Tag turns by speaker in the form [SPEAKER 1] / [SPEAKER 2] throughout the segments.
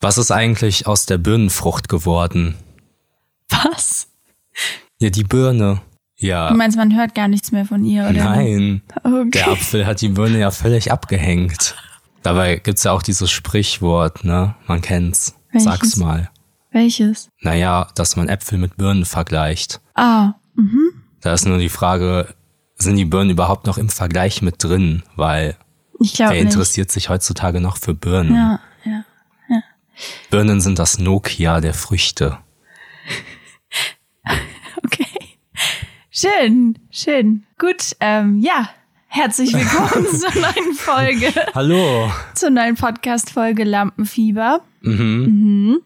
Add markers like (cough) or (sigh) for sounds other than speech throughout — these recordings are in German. [SPEAKER 1] Was ist eigentlich aus der Birnenfrucht geworden?
[SPEAKER 2] Was?
[SPEAKER 1] Ja, die Birne.
[SPEAKER 2] Du
[SPEAKER 1] Ja.
[SPEAKER 2] meinst, man hört gar nichts mehr von ihr, oder?
[SPEAKER 1] Nein.
[SPEAKER 2] Okay.
[SPEAKER 1] Der Apfel hat die Birne ja völlig abgehängt. Dabei gibt's ja auch dieses Sprichwort, ne? Man kennt's.
[SPEAKER 2] Welches?
[SPEAKER 1] Sag's mal.
[SPEAKER 2] Welches?
[SPEAKER 1] Naja, dass man Äpfel mit Birnen vergleicht.
[SPEAKER 2] Ah, mhm.
[SPEAKER 1] Da ist nur die Frage, sind die Birnen überhaupt noch im Vergleich mit drin? Weil
[SPEAKER 2] Ich glaube
[SPEAKER 1] wer
[SPEAKER 2] nicht.
[SPEAKER 1] interessiert sich heutzutage noch für Birnen?
[SPEAKER 2] Ja, ja.
[SPEAKER 1] Birnen sind das Nokia der Früchte.
[SPEAKER 2] Okay. Schön, schön. Gut, ähm, ja. Herzlich
[SPEAKER 1] (laughs)
[SPEAKER 2] willkommen zur neuen Folge,
[SPEAKER 1] Hallo.
[SPEAKER 2] zur neuen Podcast-Folge Lampenfieber. Mhm.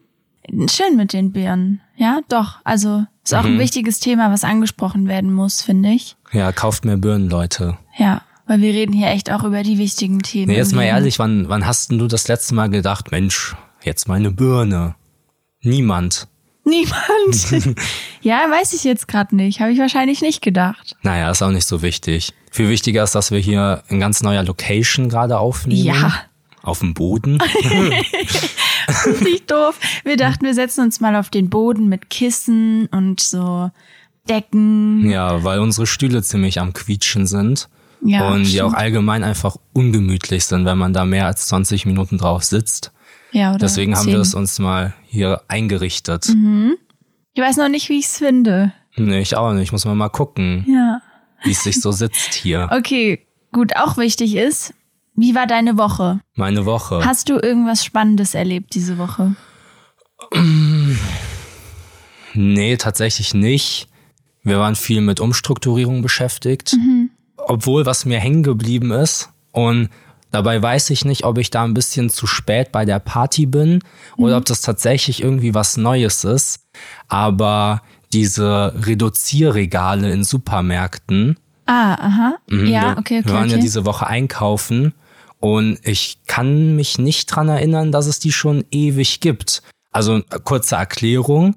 [SPEAKER 1] Mhm.
[SPEAKER 2] Schön mit den Birnen. Ja, doch. Also, ist auch
[SPEAKER 1] Mhm.
[SPEAKER 2] ein wichtiges Thema, was angesprochen werden muss, finde ich.
[SPEAKER 1] Ja, kauft mehr Birnen, Leute.
[SPEAKER 2] Ja, weil wir reden hier echt auch über die wichtigen Themen.
[SPEAKER 1] Nee, jetzt
[SPEAKER 2] im
[SPEAKER 1] mal
[SPEAKER 2] Leben.
[SPEAKER 1] ehrlich, wann, wann hast denn du das letzte Mal gedacht, Mensch, jetzt meine Birne? Niemand.
[SPEAKER 2] Niemand. (laughs) ja, weiß ich jetzt gerade nicht. Habe ich wahrscheinlich nicht gedacht. (laughs)
[SPEAKER 1] Naja, ist auch nicht so wichtig. Viel wichtiger ist, dass wir hier in ganz neuer Location gerade aufnehmen.
[SPEAKER 2] Ja.
[SPEAKER 1] Auf dem
[SPEAKER 2] (laughs)
[SPEAKER 1] Boden.
[SPEAKER 2] Richtig doof. Wir dachten, wir setzen uns mal auf den Boden mit Kissen und so Decken.
[SPEAKER 1] Ja, weil unsere Stühle ziemlich am Quietschen sind.
[SPEAKER 2] Ja,
[SPEAKER 1] und die
[SPEAKER 2] stimmt.
[SPEAKER 1] auch allgemein einfach ungemütlich sind, wenn man da mehr als 20 Minuten drauf sitzt.
[SPEAKER 2] Ja, oder
[SPEAKER 1] Deswegen haben
[SPEAKER 2] zehn.
[SPEAKER 1] wir es uns mal hier eingerichtet.
[SPEAKER 2] Mhm. Ich weiß noch nicht, wie ich es finde.
[SPEAKER 1] Nee, ich auch nicht. Muss man mal gucken,
[SPEAKER 2] Ja.
[SPEAKER 1] wie es sich so sitzt
[SPEAKER 2] (laughs)
[SPEAKER 1] hier.
[SPEAKER 2] Okay, gut. Auch wichtig ist, wie war deine Woche?
[SPEAKER 1] Meine Woche.
[SPEAKER 2] Hast du irgendwas Spannendes erlebt diese Woche?
[SPEAKER 1] Nee, tatsächlich nicht. Wir waren viel mit Umstrukturierung beschäftigt. Obwohl, was mir hängen geblieben ist und dabei weiß ich nicht, ob ich da ein bisschen zu spät bei der Party bin oder ob das tatsächlich irgendwie was Neues ist. Aber diese Reduzierregale in Supermärkten,
[SPEAKER 2] Ah, aha. Ja, okay,
[SPEAKER 1] Mhm. wir
[SPEAKER 2] okay.
[SPEAKER 1] waren
[SPEAKER 2] okay.
[SPEAKER 1] ja diese Woche einkaufen und ich kann mich nicht dran erinnern, dass es die schon ewig gibt. Also äh, kurze Erklärung.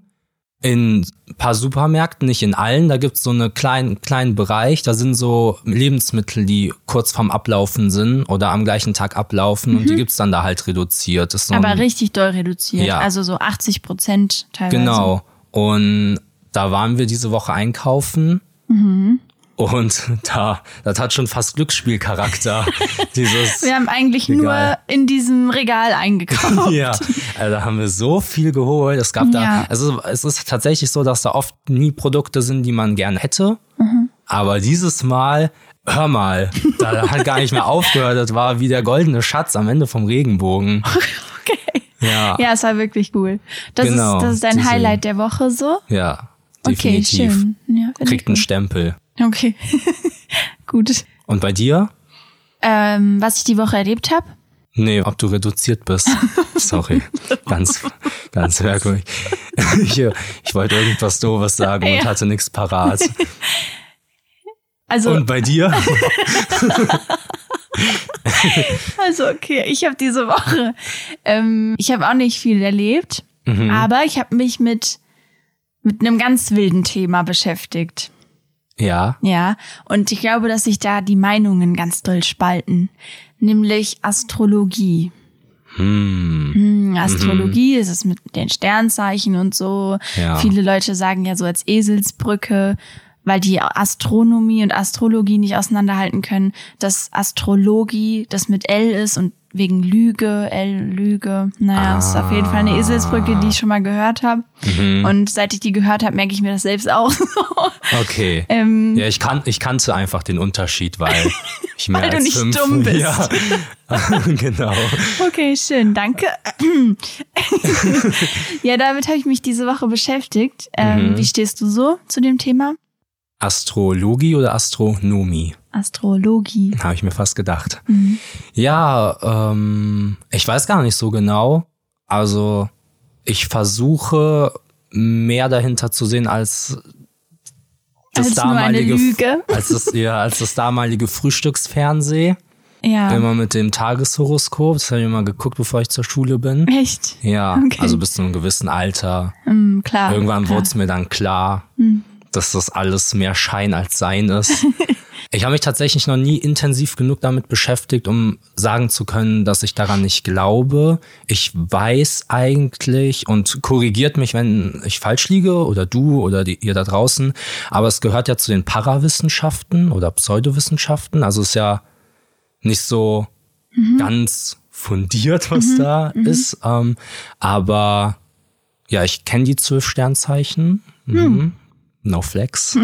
[SPEAKER 1] In ein paar Supermärkten, nicht in allen, da gibt's so einen kleinen, kleinen Bereich, da sind so Lebensmittel, die kurz vorm Ablaufen sind oder am gleichen Tag ablaufen und die gibt's dann da halt reduziert. Das ist so
[SPEAKER 2] Mhm. Aber
[SPEAKER 1] ein-
[SPEAKER 2] richtig doll reduziert.
[SPEAKER 1] Ja.
[SPEAKER 2] Also so 80 Prozent teilweise.
[SPEAKER 1] Genau. Und da waren wir diese Woche einkaufen.
[SPEAKER 2] Mhm.
[SPEAKER 1] Und da, das hat schon fast
[SPEAKER 2] (laughs)
[SPEAKER 1] Glücksspielcharakter. dieses.
[SPEAKER 2] Wir haben eigentlich
[SPEAKER 1] Regal.
[SPEAKER 2] nur in diesem Regal
[SPEAKER 1] (laughs)
[SPEAKER 2] eingekauft.
[SPEAKER 1] Ja, also da haben wir so viel geholt. Es gab da,
[SPEAKER 2] Ja.
[SPEAKER 1] also es ist tatsächlich so, dass da oft nie Produkte sind, die man gerne hätte.
[SPEAKER 2] Mhm.
[SPEAKER 1] Aber dieses Mal, hör mal, da hat gar nicht mehr (laughs) aufgehört. Das war wie der goldene Schatz am Ende vom Regenbogen.
[SPEAKER 2] (laughs) Okay.
[SPEAKER 1] Ja, ja,
[SPEAKER 2] Ja, es war wirklich cool. Das,
[SPEAKER 1] Genau,
[SPEAKER 2] ist, das ist dein
[SPEAKER 1] diese-
[SPEAKER 2] Highlight der Woche so.
[SPEAKER 1] definitiv.
[SPEAKER 2] Okay, schön. Ja, finde
[SPEAKER 1] Kriegt einen
[SPEAKER 2] ich
[SPEAKER 1] Stempel.
[SPEAKER 2] gut. Okay. (laughs) gut.
[SPEAKER 1] Und bei dir?
[SPEAKER 2] Ähm, was ich die Woche erlebt habe?
[SPEAKER 1] Nee, ob du reduziert
[SPEAKER 2] (laughs)
[SPEAKER 1] bist. Sorry. ganz, ganz merkwürdig. (laughs) Ich, ich wollte irgendwas Doofes sagen und
[SPEAKER 2] Ja.
[SPEAKER 1] hatte nichts
[SPEAKER 2] (laughs)
[SPEAKER 1] parat.
[SPEAKER 2] Also,
[SPEAKER 1] Und bei dir?
[SPEAKER 2] also okay, ich habe diese Woche, ähm, ich habe auch nicht viel erlebt,
[SPEAKER 1] Mhm.
[SPEAKER 2] aber ich habe mich mit mit einem ganz wilden Thema beschäftigt.
[SPEAKER 1] Ja.
[SPEAKER 2] Ja, und ich glaube, dass sich da die Meinungen ganz doll spalten, nämlich Astrologie. Hm, Astrologie ist es mit den Sternzeichen und so.
[SPEAKER 1] Mhm. Ja.
[SPEAKER 2] Viele Leute sagen ja so als Eselsbrücke, weil die Astronomie und Astrologie nicht auseinanderhalten können, dass Astrologie das mit L ist und wegen Lüge, L, Lüge. Naja, das ist auf jeden Fall
[SPEAKER 1] Ah.
[SPEAKER 2] eine Eselsbrücke, die ich schon mal gehört habe.
[SPEAKER 1] Mhm.
[SPEAKER 2] Und seit ich die gehört habe, merke ich mir das selbst auch (laughs) so.
[SPEAKER 1] Okay.
[SPEAKER 2] Ähm,
[SPEAKER 1] ja, ich, kan ich kannte einfach den Unterschied, weil ich mehr
[SPEAKER 2] (laughs) Weil du
[SPEAKER 1] als
[SPEAKER 2] nicht
[SPEAKER 1] fünf,
[SPEAKER 2] dumm bist.
[SPEAKER 1] Ja, (laughs) genau.
[SPEAKER 2] Okay, schön, danke. (laughs) ja, damit habe ich mich diese Woche beschäftigt. Ähm,
[SPEAKER 1] Mhm.
[SPEAKER 2] Wie stehst du so zu dem Thema?
[SPEAKER 1] Astrologie oder Astronomie?
[SPEAKER 2] Astrologie.
[SPEAKER 1] Habe ich mir fast gedacht. Ja, ähm, ich weiß gar nicht so genau. Also ich versuche mehr dahinter zu sehen als das
[SPEAKER 2] Als nur eine
[SPEAKER 1] damalige,
[SPEAKER 2] Lüge.
[SPEAKER 1] (laughs) als das ja als das damalige Frühstücksfernseh
[SPEAKER 2] Ja.
[SPEAKER 1] immer mit dem Tageshoroskop. Das habe ich immer geguckt, bevor ich zur Schule bin.
[SPEAKER 2] (laughs) Echt?
[SPEAKER 1] Ja,
[SPEAKER 2] Okay.
[SPEAKER 1] also bis zu einem gewissen Alter.
[SPEAKER 2] Hm, klar.
[SPEAKER 1] Irgendwann
[SPEAKER 2] klar.
[SPEAKER 1] wurde es mir dann klar, dass das alles mehr Schein als Sein ist. Ich habe mich tatsächlich noch nie intensiv genug damit beschäftigt, um sagen zu können, dass ich daran nicht glaube. Ich weiß eigentlich und korrigiert mich, wenn ich falsch liege oder du oder die, ihr da draußen. Aber es gehört ja zu den Parawissenschaften oder Pseudowissenschaften. Also es ist ja nicht so ganz fundiert, was da ist. Ähm, aber ja, ich kenne die zwölf Sternzeichen.
[SPEAKER 2] Hm.
[SPEAKER 1] Mhm. No
[SPEAKER 2] (laughs)
[SPEAKER 1] flex.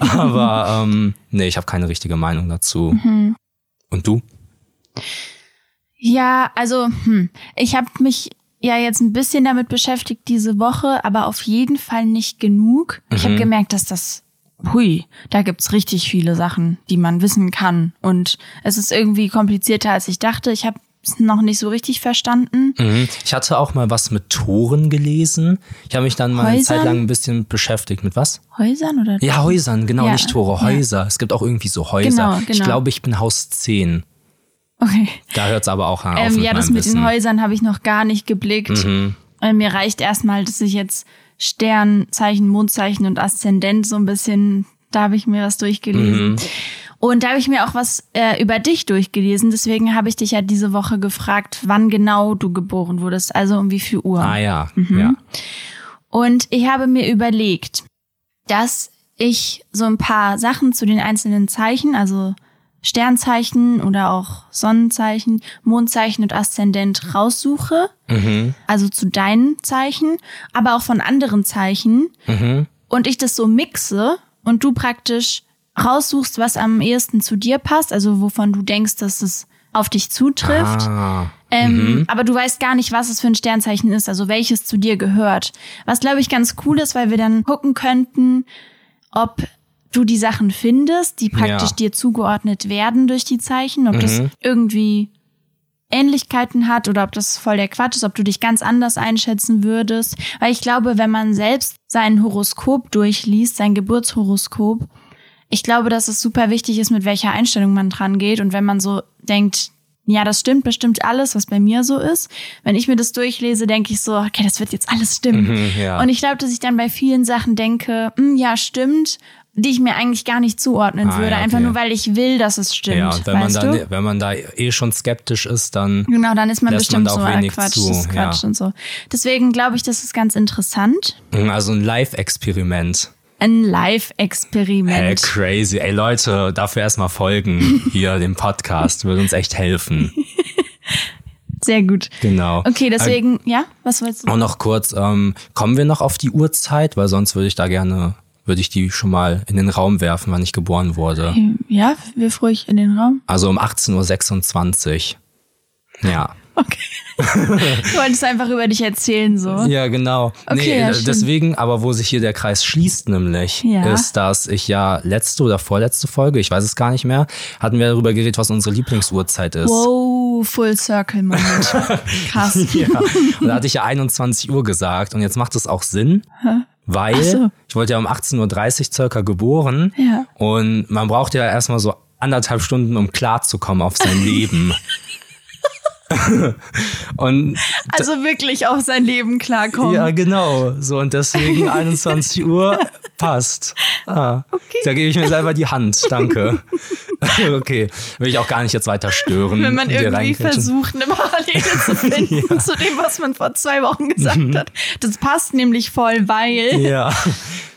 [SPEAKER 1] aber ähm, nee, ich habe keine richtige Meinung dazu.
[SPEAKER 2] Mhm.
[SPEAKER 1] Und du?
[SPEAKER 2] Ja, also hm, ich habe mich ja jetzt ein bisschen damit beschäftigt diese Woche, aber auf jeden Fall nicht genug. Ich
[SPEAKER 1] Mhm.
[SPEAKER 2] habe gemerkt, dass das, hui, da gibt's richtig viele Sachen, die man wissen kann. Und es ist irgendwie komplizierter, als ich dachte. Ich habe es noch nicht so richtig verstanden.
[SPEAKER 1] Mhm. Ich hatte auch mal was mit Toren gelesen. Ich habe mich dann mal eine
[SPEAKER 2] Häusern?
[SPEAKER 1] Zeit lang ein bisschen beschäftigt. Mit was?
[SPEAKER 2] Häusern oder?
[SPEAKER 1] Ja, Häusern, genau,
[SPEAKER 2] Ja,
[SPEAKER 1] nicht Tore,
[SPEAKER 2] ja.
[SPEAKER 1] Häuser. Es gibt auch irgendwie so Häuser.
[SPEAKER 2] Genau,
[SPEAKER 1] Ich
[SPEAKER 2] genau.
[SPEAKER 1] glaube, ich bin Haus 10.
[SPEAKER 2] Okay.
[SPEAKER 1] Da hört es aber auch auf
[SPEAKER 2] Ähm,
[SPEAKER 1] mit
[SPEAKER 2] ja, das
[SPEAKER 1] meinem
[SPEAKER 2] mit
[SPEAKER 1] Wissen. Mhm.
[SPEAKER 2] den Häusern habe ich noch gar nicht geblickt. Äh, mir reicht erstmal, dass ich jetzt Sternzeichen, Mondzeichen und Aszendent so ein bisschen, da habe ich mir was durchgelesen. Und da habe ich mir auch was äh, über dich durchgelesen. Deswegen habe ich dich ja diese Woche gefragt, wann genau du geboren wurdest, also um wie viel Uhr.
[SPEAKER 1] Ah ja,
[SPEAKER 2] Mhm.
[SPEAKER 1] ja.
[SPEAKER 2] Und ich habe mir überlegt, dass ich so ein paar Sachen zu den einzelnen Zeichen, also Sternzeichen oder auch Sonnenzeichen, Mondzeichen und Aszendent raussuche, also zu deinen Zeichen, aber auch von anderen Zeichen und ich das so mixe und du praktisch raussuchst, was am ehesten zu dir passt, also wovon du denkst, dass es auf dich zutrifft.
[SPEAKER 1] Ah.
[SPEAKER 2] Ähm, Aber du weißt gar nicht, was es für ein Sternzeichen ist, also welches zu dir gehört. Was, glaube ich, ganz cool ist, weil wir dann gucken könnten, ob du die Sachen findest, die praktisch
[SPEAKER 1] Ja.
[SPEAKER 2] dir zugeordnet werden durch die Zeichen, ob das irgendwie Ähnlichkeiten hat oder ob das voll der Quatsch ist, ob du dich ganz anders einschätzen würdest. Weil ich glaube, wenn man selbst sein Horoskop durchliest, sein Geburtshoroskop, ich glaube, dass es super wichtig ist, mit welcher Einstellung man dran geht. Und wenn man so denkt, ja, das stimmt bestimmt alles, was bei mir so ist. Wenn ich mir das durchlese, denke ich so, okay, das wird jetzt alles stimmen.
[SPEAKER 1] Mhm, ja.
[SPEAKER 2] Und ich glaube, dass ich dann bei vielen Sachen denke, hm, ja, stimmt, die ich mir eigentlich gar nicht zuordnen
[SPEAKER 1] Ah,
[SPEAKER 2] würde.
[SPEAKER 1] ja,
[SPEAKER 2] Einfach
[SPEAKER 1] okay.
[SPEAKER 2] nur, weil ich will, dass es stimmt.
[SPEAKER 1] Ja, und wenn man,
[SPEAKER 2] weißt
[SPEAKER 1] da,
[SPEAKER 2] du?
[SPEAKER 1] wenn man da eh schon skeptisch ist, dann
[SPEAKER 2] Genau, dann ist man
[SPEAKER 1] lässt man
[SPEAKER 2] bestimmt
[SPEAKER 1] da auch
[SPEAKER 2] so, ah,
[SPEAKER 1] wenig
[SPEAKER 2] Quatsch,
[SPEAKER 1] zu,
[SPEAKER 2] das ist Quatsch
[SPEAKER 1] ja.
[SPEAKER 2] und so. Deswegen glaube ich, das ist ganz interessant.
[SPEAKER 1] mh, also ein Live-Experiment.
[SPEAKER 2] Ein
[SPEAKER 1] Ey,
[SPEAKER 2] Live-Experiment.
[SPEAKER 1] crazy. Ey, Leute, dafür erstmal folgen hier dem Podcast. Würde uns echt helfen.
[SPEAKER 2] Sehr gut.
[SPEAKER 1] Genau.
[SPEAKER 2] Okay,
[SPEAKER 1] Äh,
[SPEAKER 2] deswegen, ja, was wolltest du?
[SPEAKER 1] Auch noch kurz, ähm, kommen wir noch auf die Uhrzeit, weil sonst würde ich da gerne, würde ich die schon mal in den Raum werfen, wann ich geboren wurde.
[SPEAKER 2] Ja, wirf ruhig in den Raum. (laughs)
[SPEAKER 1] Also um 18.26 Uhr. Ja. (laughs)
[SPEAKER 2] Okay. du wolltest einfach über dich erzählen, so.
[SPEAKER 1] Ja, genau.
[SPEAKER 2] Okay, ja,
[SPEAKER 1] äh,
[SPEAKER 2] stimmt.
[SPEAKER 1] deswegen, aber wo sich hier der Kreis schließt, nämlich,
[SPEAKER 2] Ja.
[SPEAKER 1] ist, dass ich ja letzte oder vorletzte Folge, ich weiß es gar nicht mehr, hatten wir darüber geredet, was unsere Lieblingsuhrzeit ist.
[SPEAKER 2] Wow, Full
[SPEAKER 1] (laughs)
[SPEAKER 2] Circle Moment. Krass. (laughs)
[SPEAKER 1] Ja. Und da hatte ich ja 21 Uhr gesagt und jetzt macht es auch Sinn, weil
[SPEAKER 2] Ach so.
[SPEAKER 1] ich wurde ja um 18.30 Uhr circa geboren
[SPEAKER 2] Ja.
[SPEAKER 1] und man braucht ja erstmal so anderthalb Stunden, um klarzukommen auf
[SPEAKER 2] (laughs)
[SPEAKER 1] sein Leben. (laughs) und
[SPEAKER 2] Also wirklich auf sein Leben klarkommen.
[SPEAKER 1] ja, genau. So und deswegen 21
[SPEAKER 2] (laughs)
[SPEAKER 1] Uhr passt. Ah, Da gebe ich mir selber die Hand.
[SPEAKER 2] (laughs)
[SPEAKER 1] Danke. (laughs) okay. Will ich auch gar nicht jetzt weiter stören.
[SPEAKER 2] Wenn man
[SPEAKER 1] und dir
[SPEAKER 2] irgendwie
[SPEAKER 1] reinkritschen.
[SPEAKER 2] versucht, eine Parallele zu
[SPEAKER 1] (laughs)
[SPEAKER 2] finden zu dem, was man vor zwei Wochen gesagt hat. Das passt nämlich voll, weil.
[SPEAKER 1] Mhm. Ja,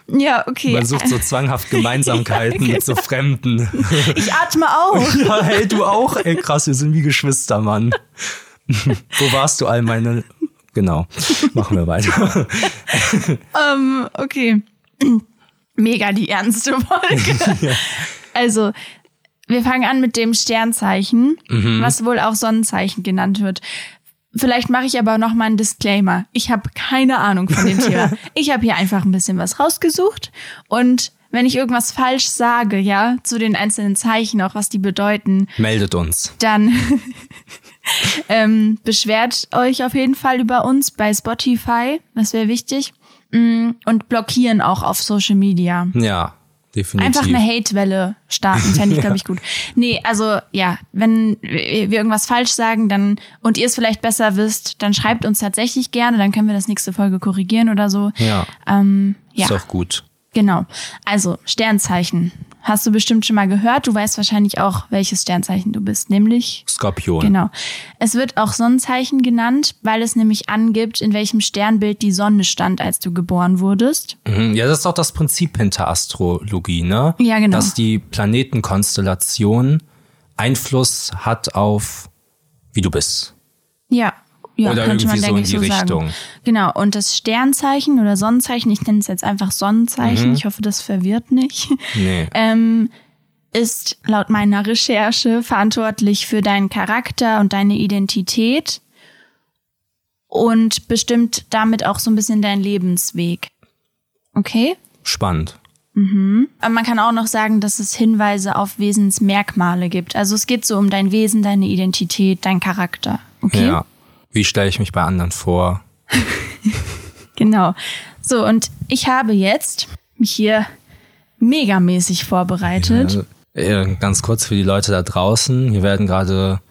[SPEAKER 2] Ja, okay.
[SPEAKER 1] man sucht so zwanghaft
[SPEAKER 2] (laughs)
[SPEAKER 1] Gemeinsamkeiten mit so Fremden.
[SPEAKER 2] Ich atme
[SPEAKER 1] (laughs)
[SPEAKER 2] auch.
[SPEAKER 1] Ja, hey, du auch? Ey, krass, wir sind wie Geschwister,
[SPEAKER 2] (laughs)
[SPEAKER 1] Mann. Wo warst du all meine... Genau, machen wir
[SPEAKER 2] (laughs)
[SPEAKER 1] weiter.
[SPEAKER 2] ähm, okay. (clears throat) Mega die ernste Folge. Also, wir fangen an mit dem Sternzeichen, was wohl auch Sonnenzeichen genannt wird. Vielleicht mache ich aber noch mal einen Disclaimer. Ich habe keine Ahnung von dem Thema. Ich habe hier einfach ein bisschen was rausgesucht und wenn ich irgendwas falsch sage, ja, zu den einzelnen Zeichen, auch was die bedeuten,
[SPEAKER 1] Meldet uns.
[SPEAKER 2] dann (laughs) ähm, beschwert euch auf jeden Fall über uns bei Spotify, das wäre wichtig. Mm, Und blockieren auch auf Social Media.
[SPEAKER 1] Ja, definitiv.
[SPEAKER 2] Einfach eine Hatewelle starten,
[SPEAKER 1] (laughs)
[SPEAKER 2] fände ich, glaube ich, gut. Nee, also ja, wenn wir irgendwas falsch sagen dann und ihr es vielleicht besser wisst, dann schreibt uns tatsächlich gerne, dann können wir das nächste Folge korrigieren oder so.
[SPEAKER 1] Ja.
[SPEAKER 2] Ähm, ja.
[SPEAKER 1] Ist doch gut.
[SPEAKER 2] Genau. Also Sternzeichen. Hast du bestimmt schon mal gehört. Du weißt wahrscheinlich auch, welches Sternzeichen du bist, nämlich.
[SPEAKER 1] Skorpion.
[SPEAKER 2] Genau. Es wird auch Sonnenzeichen genannt, weil es nämlich angibt, in welchem Sternbild die Sonne stand, als du geboren wurdest.
[SPEAKER 1] Mhm. Ja, das ist auch das Prinzip hinter Astrologie, ne?
[SPEAKER 2] Ja, genau.
[SPEAKER 1] Dass die Planetenkonstellation Einfluss hat auf, wie du bist.
[SPEAKER 2] Ja. Ja,
[SPEAKER 1] Oder
[SPEAKER 2] könnte man,
[SPEAKER 1] irgendwie so
[SPEAKER 2] denke
[SPEAKER 1] in
[SPEAKER 2] ich,
[SPEAKER 1] die
[SPEAKER 2] so
[SPEAKER 1] Richtung.
[SPEAKER 2] sagen. Genau, und das Sternzeichen oder Sonnenzeichen, ich nenne es jetzt einfach
[SPEAKER 1] Mhm.
[SPEAKER 2] Sonnenzeichen, ich hoffe, das verwirrt nicht, (laughs)
[SPEAKER 1] Nee.
[SPEAKER 2] ähm, ist laut meiner Recherche verantwortlich für deinen Charakter und deine Identität und bestimmt damit auch so ein bisschen deinen Lebensweg. Okay?
[SPEAKER 1] Spannend.
[SPEAKER 2] Aber man kann auch noch sagen, dass es Hinweise auf Wesensmerkmale gibt. Also es geht so um dein Wesen, deine Identität, dein Charakter. Okay?
[SPEAKER 1] Ja. Wie stelle ich mich bei anderen vor?
[SPEAKER 2] Genau. So, und ich habe jetzt mich hier megamäßig vorbereitet.
[SPEAKER 1] Äh, äh, ganz kurz für die Leute da draußen. Hier werden gerade,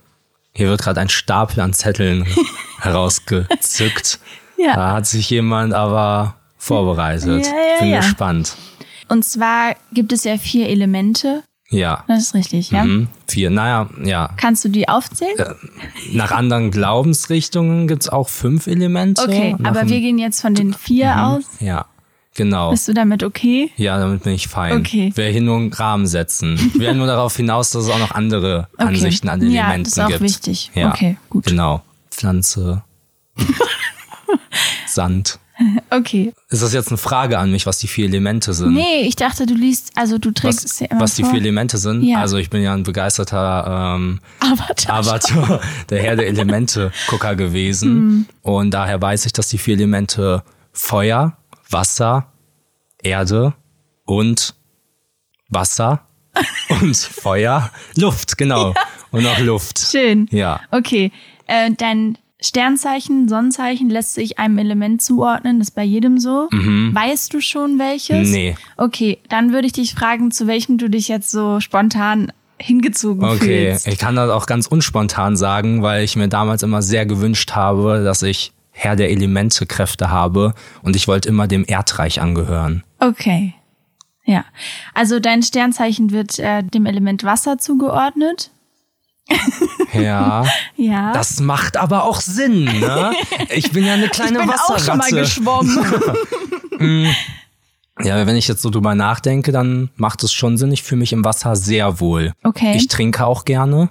[SPEAKER 1] hier wird gerade ein Stapel an Zetteln
[SPEAKER 2] (laughs)
[SPEAKER 1] herausgezückt.
[SPEAKER 2] Ja.
[SPEAKER 1] Da hat sich jemand aber vorbereitet.
[SPEAKER 2] Ja, ja,
[SPEAKER 1] Bin
[SPEAKER 2] ja.
[SPEAKER 1] gespannt.
[SPEAKER 2] Und zwar gibt es ja vier Elemente.
[SPEAKER 1] Ja.
[SPEAKER 2] Das ist richtig, ja?
[SPEAKER 1] Hm, vier. Naja, ja.
[SPEAKER 2] Kannst du die aufzählen?
[SPEAKER 1] Nach anderen Glaubensrichtungen gibt's auch fünf Elemente.
[SPEAKER 2] okay,
[SPEAKER 1] Nach
[SPEAKER 2] aber
[SPEAKER 1] dem-
[SPEAKER 2] wir gehen jetzt von den vier
[SPEAKER 1] Mhm.
[SPEAKER 2] aus.
[SPEAKER 1] Ja, genau.
[SPEAKER 2] Bist du damit okay?
[SPEAKER 1] Ja, damit bin ich fein.
[SPEAKER 2] Okay.
[SPEAKER 1] Wir hier nur einen Rahmen setzen. Wir werden nur darauf hinaus, dass es auch noch andere
[SPEAKER 2] (laughs) Okay.
[SPEAKER 1] Ansichten an
[SPEAKER 2] Ja,
[SPEAKER 1] Elementen
[SPEAKER 2] das ist auch
[SPEAKER 1] gibt.
[SPEAKER 2] wichtig. Okay, gut.
[SPEAKER 1] Genau.
[SPEAKER 2] (laughs)
[SPEAKER 1] Pflanze. Sand.
[SPEAKER 2] Okay.
[SPEAKER 1] Ist das jetzt eine Frage an mich, was die vier Elemente sind?
[SPEAKER 2] Nee, ich dachte, du liest, also du trägst
[SPEAKER 1] Mhm. Was,
[SPEAKER 2] es ja immer
[SPEAKER 1] was die
[SPEAKER 2] vor.
[SPEAKER 1] vier Elemente sind?
[SPEAKER 2] Ja.
[SPEAKER 1] Also ich bin ja ein begeisterter ähm,
[SPEAKER 2] (laughs) Avatar.
[SPEAKER 1] Avatar, der Herr der Elemente Gucker gewesen. Und daher weiß ich, dass die vier Elemente Feuer, Wasser, Erde und Wasser und Feuer, Luft, genau. Und auch Luft.
[SPEAKER 2] Schön.
[SPEAKER 1] Ja.
[SPEAKER 2] Okay, äh, dein Sternzeichen, Sonnenzeichen lässt sich einem Element zuordnen, das ist bei jedem so. Weißt du schon welches?
[SPEAKER 1] Mhm. Nee.
[SPEAKER 2] Okay, dann würde ich dich fragen, zu welchem du dich jetzt so spontan hingezogen
[SPEAKER 1] Okay,
[SPEAKER 2] fühlst.
[SPEAKER 1] ich kann das auch ganz unspontan sagen, weil ich mir damals immer sehr gewünscht habe, dass ich Herr der Elemente Kräfte habe und ich wollte immer dem Erdreich angehören.
[SPEAKER 2] Okay. Ja. Also dein Sternzeichen wird äh, dem Element Wasser zugeordnet.
[SPEAKER 1] Ja.
[SPEAKER 2] Ja.
[SPEAKER 1] Das macht aber auch Sinn,
[SPEAKER 2] (laughs)
[SPEAKER 1] ne? Ich bin ja eine
[SPEAKER 2] ich
[SPEAKER 1] kleine
[SPEAKER 2] bin auch schon mal
[SPEAKER 1] Wasserratte. (laughs)
[SPEAKER 2] geschwommen.
[SPEAKER 1] ja, wenn ich jetzt so drüber nachdenke, dann macht es schon Sinn. Ich fühle mich im Wasser sehr wohl.
[SPEAKER 2] Okay.
[SPEAKER 1] Ich trinke auch gerne.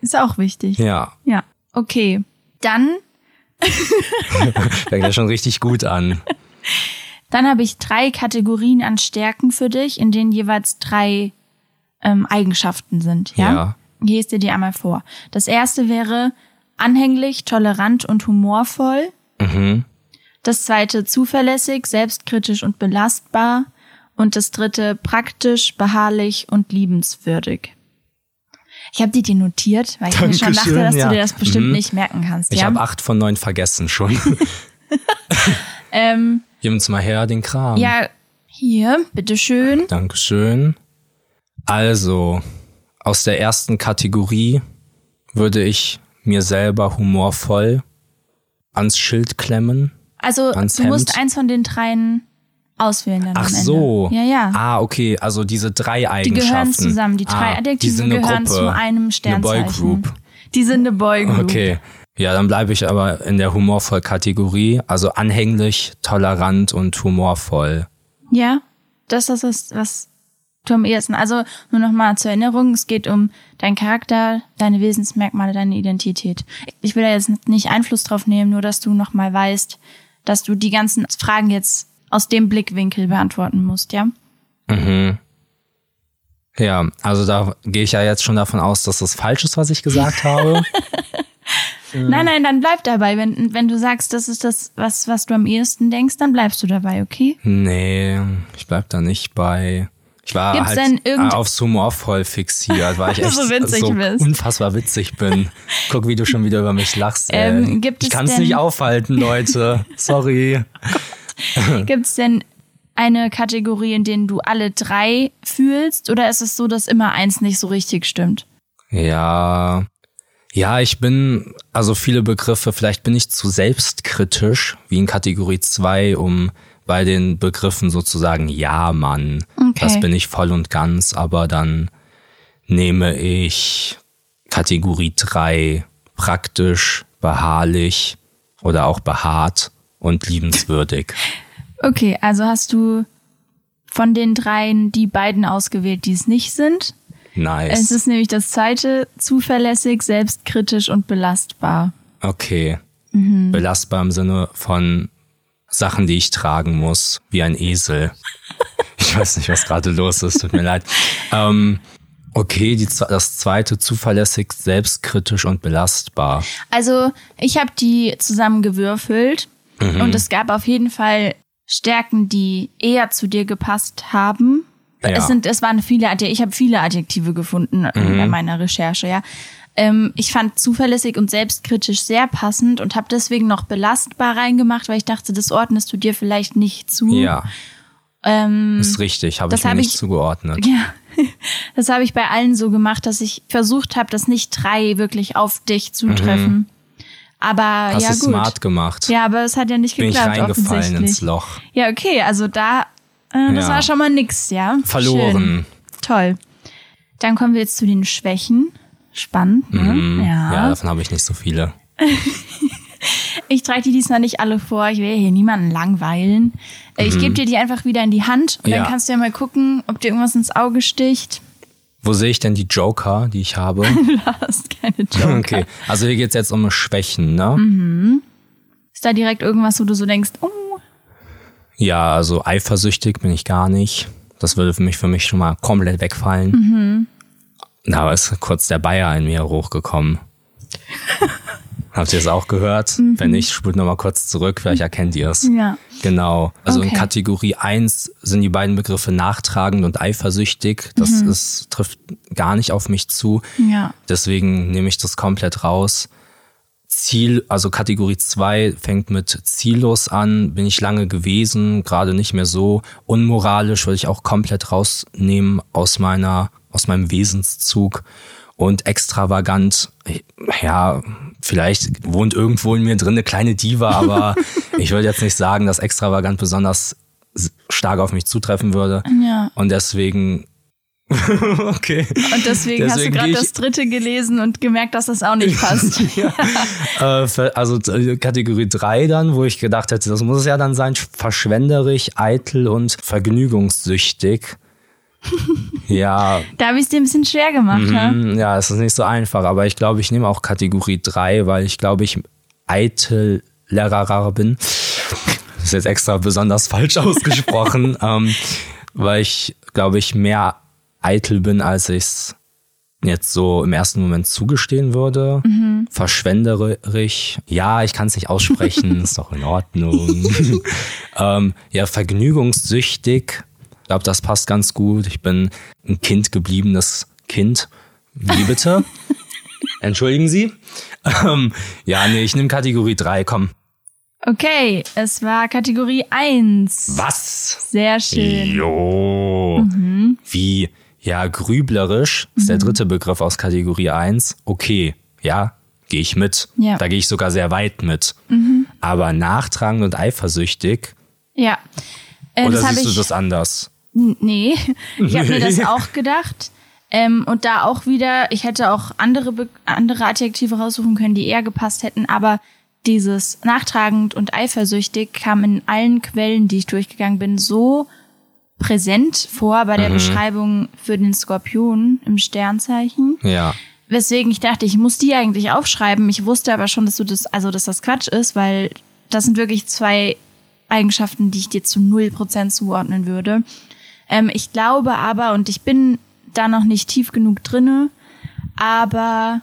[SPEAKER 2] ist auch wichtig.
[SPEAKER 1] Ja,
[SPEAKER 2] ja. Okay. Dann
[SPEAKER 1] fängt ja schon richtig gut an.
[SPEAKER 2] Dann habe ich drei Kategorien an Stärken für dich, in denen jeweils drei ähm, Eigenschaften sind. Ja?
[SPEAKER 1] Ja.
[SPEAKER 2] Hier ist dir die einmal vor. Das erste wäre anhänglich, tolerant und humorvoll.
[SPEAKER 1] Mhm.
[SPEAKER 2] Das zweite zuverlässig, selbstkritisch und belastbar. Und das dritte praktisch, beharrlich und liebenswürdig. Ich habe die dir notiert, weil ich mir schon dachte,
[SPEAKER 1] Dankeschön,
[SPEAKER 2] dass
[SPEAKER 1] ja.
[SPEAKER 2] du dir das bestimmt
[SPEAKER 1] Mhm.
[SPEAKER 2] nicht merken kannst.
[SPEAKER 1] Ich
[SPEAKER 2] ja?
[SPEAKER 1] habe acht von neun vergessen
[SPEAKER 2] (laughs)
[SPEAKER 1] schon.
[SPEAKER 2] ähm,
[SPEAKER 1] Gib uns mal her den Kram.
[SPEAKER 2] ja, hier, bitteschön.
[SPEAKER 1] Dankeschön. Also, aus der ersten Kategorie würde ich mir selber humorvoll ans Schild klemmen.
[SPEAKER 2] Also
[SPEAKER 1] Ans
[SPEAKER 2] du musst
[SPEAKER 1] Hemd.
[SPEAKER 2] eins von den dreien auswählen dann am
[SPEAKER 1] Ach
[SPEAKER 2] Ende.
[SPEAKER 1] so.
[SPEAKER 2] Ja, ja.
[SPEAKER 1] Ah, okay, also diese drei
[SPEAKER 2] die
[SPEAKER 1] Eigenschaften.
[SPEAKER 2] gehören zusammen. Die drei
[SPEAKER 1] ah,
[SPEAKER 2] Adjektive
[SPEAKER 1] die sind eine
[SPEAKER 2] gehören
[SPEAKER 1] Gruppe,
[SPEAKER 2] zu einem Sternzeichen.
[SPEAKER 1] Eine Boygroup.
[SPEAKER 2] Die sind eine Boygroup.
[SPEAKER 1] Okay. Ja, dann bleibe ich aber in der humorvoll Kategorie, also anhänglich, tolerant und humorvoll.
[SPEAKER 2] Ja, das ist das, was du am ehesten. Also nur nochmal zur Erinnerung, es geht um deinen Charakter, deine Wesensmerkmale, deine Identität. Ich will da jetzt nicht Einfluss drauf nehmen, nur dass du nochmal weißt, dass du die ganzen Fragen jetzt aus dem Blickwinkel beantworten musst, ja?
[SPEAKER 1] Ja, also da gehe ich ja jetzt schon davon aus, dass das falsch ist, was ich
[SPEAKER 2] (laughs)
[SPEAKER 1] gesagt habe.
[SPEAKER 2] Nein, nein, dann bleib dabei. Wenn, wenn du sagst, das ist das, was, was du am ehesten denkst, dann bleibst du dabei, okay?
[SPEAKER 1] Nee, ich bleib da nicht bei. Ich war
[SPEAKER 2] Gibt's
[SPEAKER 1] halt
[SPEAKER 2] denn irgend-
[SPEAKER 1] äh, aufs Humorvoll fixiert,
[SPEAKER 2] (laughs)
[SPEAKER 1] weil ich echt
[SPEAKER 2] So witzig
[SPEAKER 1] so
[SPEAKER 2] bist.
[SPEAKER 1] unfassbar witzig bin. Guck, wie du schon wieder über mich lachst. Ey.
[SPEAKER 2] (laughs) Ähm, gibt
[SPEAKER 1] ich
[SPEAKER 2] es
[SPEAKER 1] kann's
[SPEAKER 2] denn-
[SPEAKER 1] nicht aufhalten, Leute. Sorry.
[SPEAKER 2] Gibt es denn eine Kategorie, in denen du alle drei fühlst? Oder ist es so, dass immer eins nicht so richtig stimmt?
[SPEAKER 1] Ja. Ja, ich bin, also viele Begriffe, vielleicht bin ich zu selbstkritisch, wie in Kategorie 2, um bei den Begriffen sozusagen, ja, Mann,
[SPEAKER 2] Okay.
[SPEAKER 1] das bin ich voll und ganz, aber dann nehme ich Kategorie 3 praktisch, beharrlich oder auch behaart und liebenswürdig.
[SPEAKER 2] Okay, also hast du von den dreien die beiden ausgewählt, die es nicht sind. Es
[SPEAKER 1] Nice.
[SPEAKER 2] ist nämlich das zweite, zuverlässig, selbstkritisch und belastbar.
[SPEAKER 1] Okay.
[SPEAKER 2] Mhm.
[SPEAKER 1] Belastbar im Sinne von Sachen, die ich tragen muss, wie ein
[SPEAKER 2] (laughs)
[SPEAKER 1] Esel. Ich weiß nicht, was gerade los ist, tut mir leid. Ähm, okay, die, zwe- das zweite zuverlässig, selbstkritisch und belastbar.
[SPEAKER 2] Also ich habe die zusammengewürfelt
[SPEAKER 1] Mhm.
[SPEAKER 2] und es gab auf jeden Fall Stärken, die eher zu dir gepasst haben.
[SPEAKER 1] Ja.
[SPEAKER 2] Es sind, es waren viele Adjektive, ich habe viele Adjektive gefunden
[SPEAKER 1] Mhm.
[SPEAKER 2] bei meiner Recherche, ja. Ähm, ich fand zuverlässig und selbstkritisch sehr passend und habe deswegen noch belastbar reingemacht, weil ich dachte, das ordnest du dir vielleicht nicht zu.
[SPEAKER 1] Ja,
[SPEAKER 2] Ähm, (laughs)
[SPEAKER 1] ist richtig, habe
[SPEAKER 2] Das
[SPEAKER 1] ich mir
[SPEAKER 2] hab
[SPEAKER 1] nicht
[SPEAKER 2] ich-
[SPEAKER 1] zugeordnet.
[SPEAKER 2] ja. Das habe ich bei allen so gemacht, dass ich versucht habe, dass nicht drei wirklich auf dich zutreffen. Aber
[SPEAKER 1] Mhm. Hast
[SPEAKER 2] ja
[SPEAKER 1] du
[SPEAKER 2] gut.
[SPEAKER 1] smart gemacht.
[SPEAKER 2] Ja, aber es hat ja nicht
[SPEAKER 1] Bin ich
[SPEAKER 2] geklappt
[SPEAKER 1] reingefallen ins
[SPEAKER 2] offensichtlich.
[SPEAKER 1] Loch.
[SPEAKER 2] Ja, okay, also da äh, das
[SPEAKER 1] Ja.
[SPEAKER 2] war schon mal nix, ja.
[SPEAKER 1] Verloren.
[SPEAKER 2] Schön. Toll. Dann kommen wir jetzt zu den Schwächen. Spannend, ne?
[SPEAKER 1] Mhm. Ja,
[SPEAKER 2] ja.
[SPEAKER 1] davon habe ich nicht so viele.
[SPEAKER 2] Ich trage die diesmal nicht alle vor. Ich will hier niemanden langweilen. Äh, Ich gebe dir die einfach wieder in die Hand und
[SPEAKER 1] Mhm. Ja.
[SPEAKER 2] dann kannst du ja mal gucken, ob dir irgendwas ins Auge sticht. (laughs)
[SPEAKER 1] Wo sehe ich denn die Joker, die ich habe?
[SPEAKER 2] Hast keine
[SPEAKER 1] (laughs)
[SPEAKER 2] Joker.
[SPEAKER 1] Okay, also hier geht's jetzt um Schwächen, ne?
[SPEAKER 2] Mhm. Ist da direkt irgendwas, wo du so denkst, oh,
[SPEAKER 1] Ja, also eifersüchtig bin ich gar nicht. Das würde für mich, für mich schon mal komplett wegfallen.
[SPEAKER 2] Mhm.
[SPEAKER 1] Na, aber ist kurz der Bayer in mir
[SPEAKER 2] (laughs)
[SPEAKER 1] hochgekommen. Habt ihr es auch gehört? Wenn nicht, spult nochmal kurz zurück, vielleicht erkennt ihr es.
[SPEAKER 2] Mhm. ja.
[SPEAKER 1] Genau. Also in
[SPEAKER 2] Okay.
[SPEAKER 1] Kategorie 1 sind die beiden Begriffe nachtragend und eifersüchtig. Das ist, trifft gar nicht auf mich zu.
[SPEAKER 2] Mhm. Ja.
[SPEAKER 1] Deswegen nehme ich das komplett raus. Ziel, also Kategorie 2 fängt mit ziellos an, bin ich lange gewesen, gerade nicht mehr so. Unmoralisch würde ich auch komplett rausnehmen aus meiner, aus meinem Wesenszug. Und extravagant, ja, vielleicht wohnt irgendwo in mir drin eine kleine Diva, aber ich würde jetzt nicht sagen, dass extravagant besonders s- stark auf mich zutreffen würde.
[SPEAKER 2] Ja.
[SPEAKER 1] Und deswegen, (laughs) okay.
[SPEAKER 2] Und deswegen, hast du
[SPEAKER 1] Deswegen
[SPEAKER 2] gerade
[SPEAKER 1] gehe ich-
[SPEAKER 2] das dritte gelesen und gemerkt, dass das
[SPEAKER 1] (laughs)
[SPEAKER 2] auch nicht passt.
[SPEAKER 1] Äh, ver- also äh, Kategorie 3 dann, wo ich gedacht hätte, das muss es ja dann sein, sch- verschwenderisch, eitel und vergnügungssüchtig. ja,
[SPEAKER 2] Da habe ich es dir ein bisschen schwer gemacht, ne?
[SPEAKER 1] hm, ja, es ist nicht so einfach, aber ich glaube, ich nehme auch Kategorie 3, weil ich glaube, ich eitlerer bin. Das ist jetzt extra besonders falsch (laughs) ausgesprochen, ähm, weil ich, glaube ich, mehr eitel bin, als ich es jetzt so im ersten Moment zugestehen würde. Verschwenderisch. Ja, ich kann es nicht aussprechen, ist doch in Ordnung. ähm, ja, vergnügungssüchtig. Ich glaube, das passt ganz gut. Ich bin ein Kind gebliebenes Kind. Wie
[SPEAKER 2] (laughs)
[SPEAKER 1] bitte? Entschuldigen Sie? Ähm, ja, nee, ich nehme Kategorie 3, komm.
[SPEAKER 2] Okay, es war Kategorie 1.
[SPEAKER 1] Was?
[SPEAKER 2] Sehr schön. Mhm.
[SPEAKER 1] Jo. Wie, ja, grüblerisch ist der dritte Begriff aus Kategorie 1. Okay, ja, gehe ich mit.
[SPEAKER 2] Ja. Mhm.
[SPEAKER 1] Da gehe ich sogar sehr weit mit. Aber nachtragend und eifersüchtig,
[SPEAKER 2] Ja. Äh,
[SPEAKER 1] oder
[SPEAKER 2] das habe
[SPEAKER 1] siehst du
[SPEAKER 2] ich.
[SPEAKER 1] das anders?
[SPEAKER 2] N- Nee, ich habe mir
[SPEAKER 1] (laughs)
[SPEAKER 2] das
[SPEAKER 1] Nee.
[SPEAKER 2] auch gedacht. Ähm, und da auch wieder, ich hätte auch andere, Be andere Adjektive raussuchen können, die eher gepasst hätten, aber dieses nachtragend und eifersüchtig kam in allen Quellen, die ich durchgegangen bin, so präsent vor bei
[SPEAKER 1] Mhm.
[SPEAKER 2] der Beschreibung für den Skorpion im Sternzeichen.
[SPEAKER 1] Ja.
[SPEAKER 2] Weswegen ich dachte, ich muss die eigentlich aufschreiben. Ich wusste aber schon, dass du das, also dass das Quatsch ist, weil das sind wirklich zwei Eigenschaften, die ich dir zu 0% zuordnen würde. Ähm, ich glaube aber, und ich bin da noch nicht tief genug drinne, aber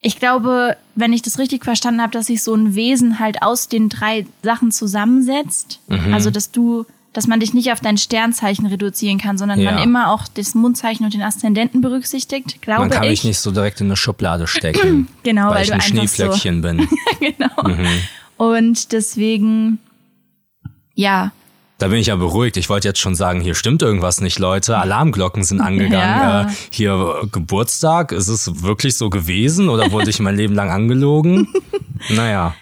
[SPEAKER 2] ich glaube, wenn ich das richtig verstanden habe, dass sich so ein Wesen halt aus den drei Sachen zusammensetzt.
[SPEAKER 1] Mhm.
[SPEAKER 2] Also, dass du, dass man dich nicht auf dein Sternzeichen reduzieren kann, sondern
[SPEAKER 1] Ja.
[SPEAKER 2] man immer auch das Mondzeichen und den Aszendenten berücksichtigt, glaube
[SPEAKER 1] Man kann
[SPEAKER 2] ich.
[SPEAKER 1] mich nicht so direkt in eine Schublade
[SPEAKER 2] (clears throat)
[SPEAKER 1] stecken,
[SPEAKER 2] Genau,
[SPEAKER 1] weil,
[SPEAKER 2] weil,
[SPEAKER 1] ich
[SPEAKER 2] du
[SPEAKER 1] ein
[SPEAKER 2] einfach so.
[SPEAKER 1] Schneeflöckchen
[SPEAKER 2] (laughs)
[SPEAKER 1] bin.
[SPEAKER 2] genau. Und deswegen, ja,
[SPEAKER 1] Da bin ich ja beruhigt. Ich wollte jetzt schon sagen, hier stimmt irgendwas nicht, Leute. Alarmglocken sind angegangen.
[SPEAKER 2] Ja.
[SPEAKER 1] Äh, hier äh,
[SPEAKER 2] (laughs)
[SPEAKER 1] Geburtstag, ist es wirklich so gewesen oder wurde ich mein Leben lang angelogen? Naja,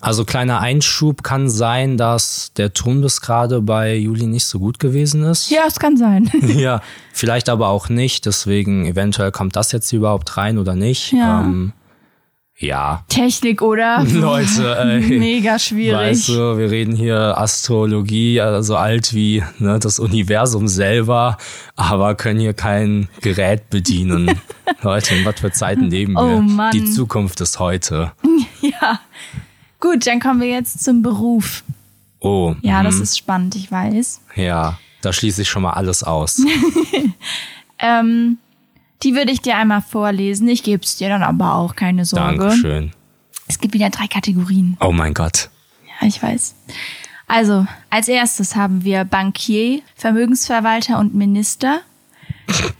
[SPEAKER 1] Also kleiner Einschub kann sein, dass der Ton bis gerade bei Juli nicht so gut gewesen ist.
[SPEAKER 2] Ja, es kann sein.
[SPEAKER 1] (laughs)
[SPEAKER 2] (laughs)
[SPEAKER 1] Ja, vielleicht aber auch nicht. Deswegen eventuell kommt das jetzt hier überhaupt rein oder nicht.
[SPEAKER 2] Ja.
[SPEAKER 1] Ähm, ja. (laughs)
[SPEAKER 3] Technik, oder?
[SPEAKER 1] Leute,
[SPEAKER 2] (laughs)
[SPEAKER 1] ey.
[SPEAKER 3] Mega schwierig.
[SPEAKER 1] Weißt du, wir reden hier Astrologie, also alt wie ne, das Universum selber, aber können hier kein Gerät bedienen. Leute, in was für Zeiten leben wir?
[SPEAKER 3] Oh Mann.
[SPEAKER 1] Die Zukunft ist heute.
[SPEAKER 3] Ja.
[SPEAKER 2] Gut, dann kommen wir jetzt zum Beruf.
[SPEAKER 1] Oh,
[SPEAKER 2] Ja, das ist spannend, ich weiß.
[SPEAKER 1] ja, da schließe ich schon mal alles aus.
[SPEAKER 2] Ähm, die würde ich dir einmal vorlesen. Ich gebe es dir dann aber auch, keine Sorge.
[SPEAKER 1] Dankeschön.
[SPEAKER 2] Es gibt wieder drei Kategorien.
[SPEAKER 1] Oh mein Gott.
[SPEAKER 2] Ja, ich weiß. Also, als erstes haben wir Bankier, Vermögensverwalter und Minister.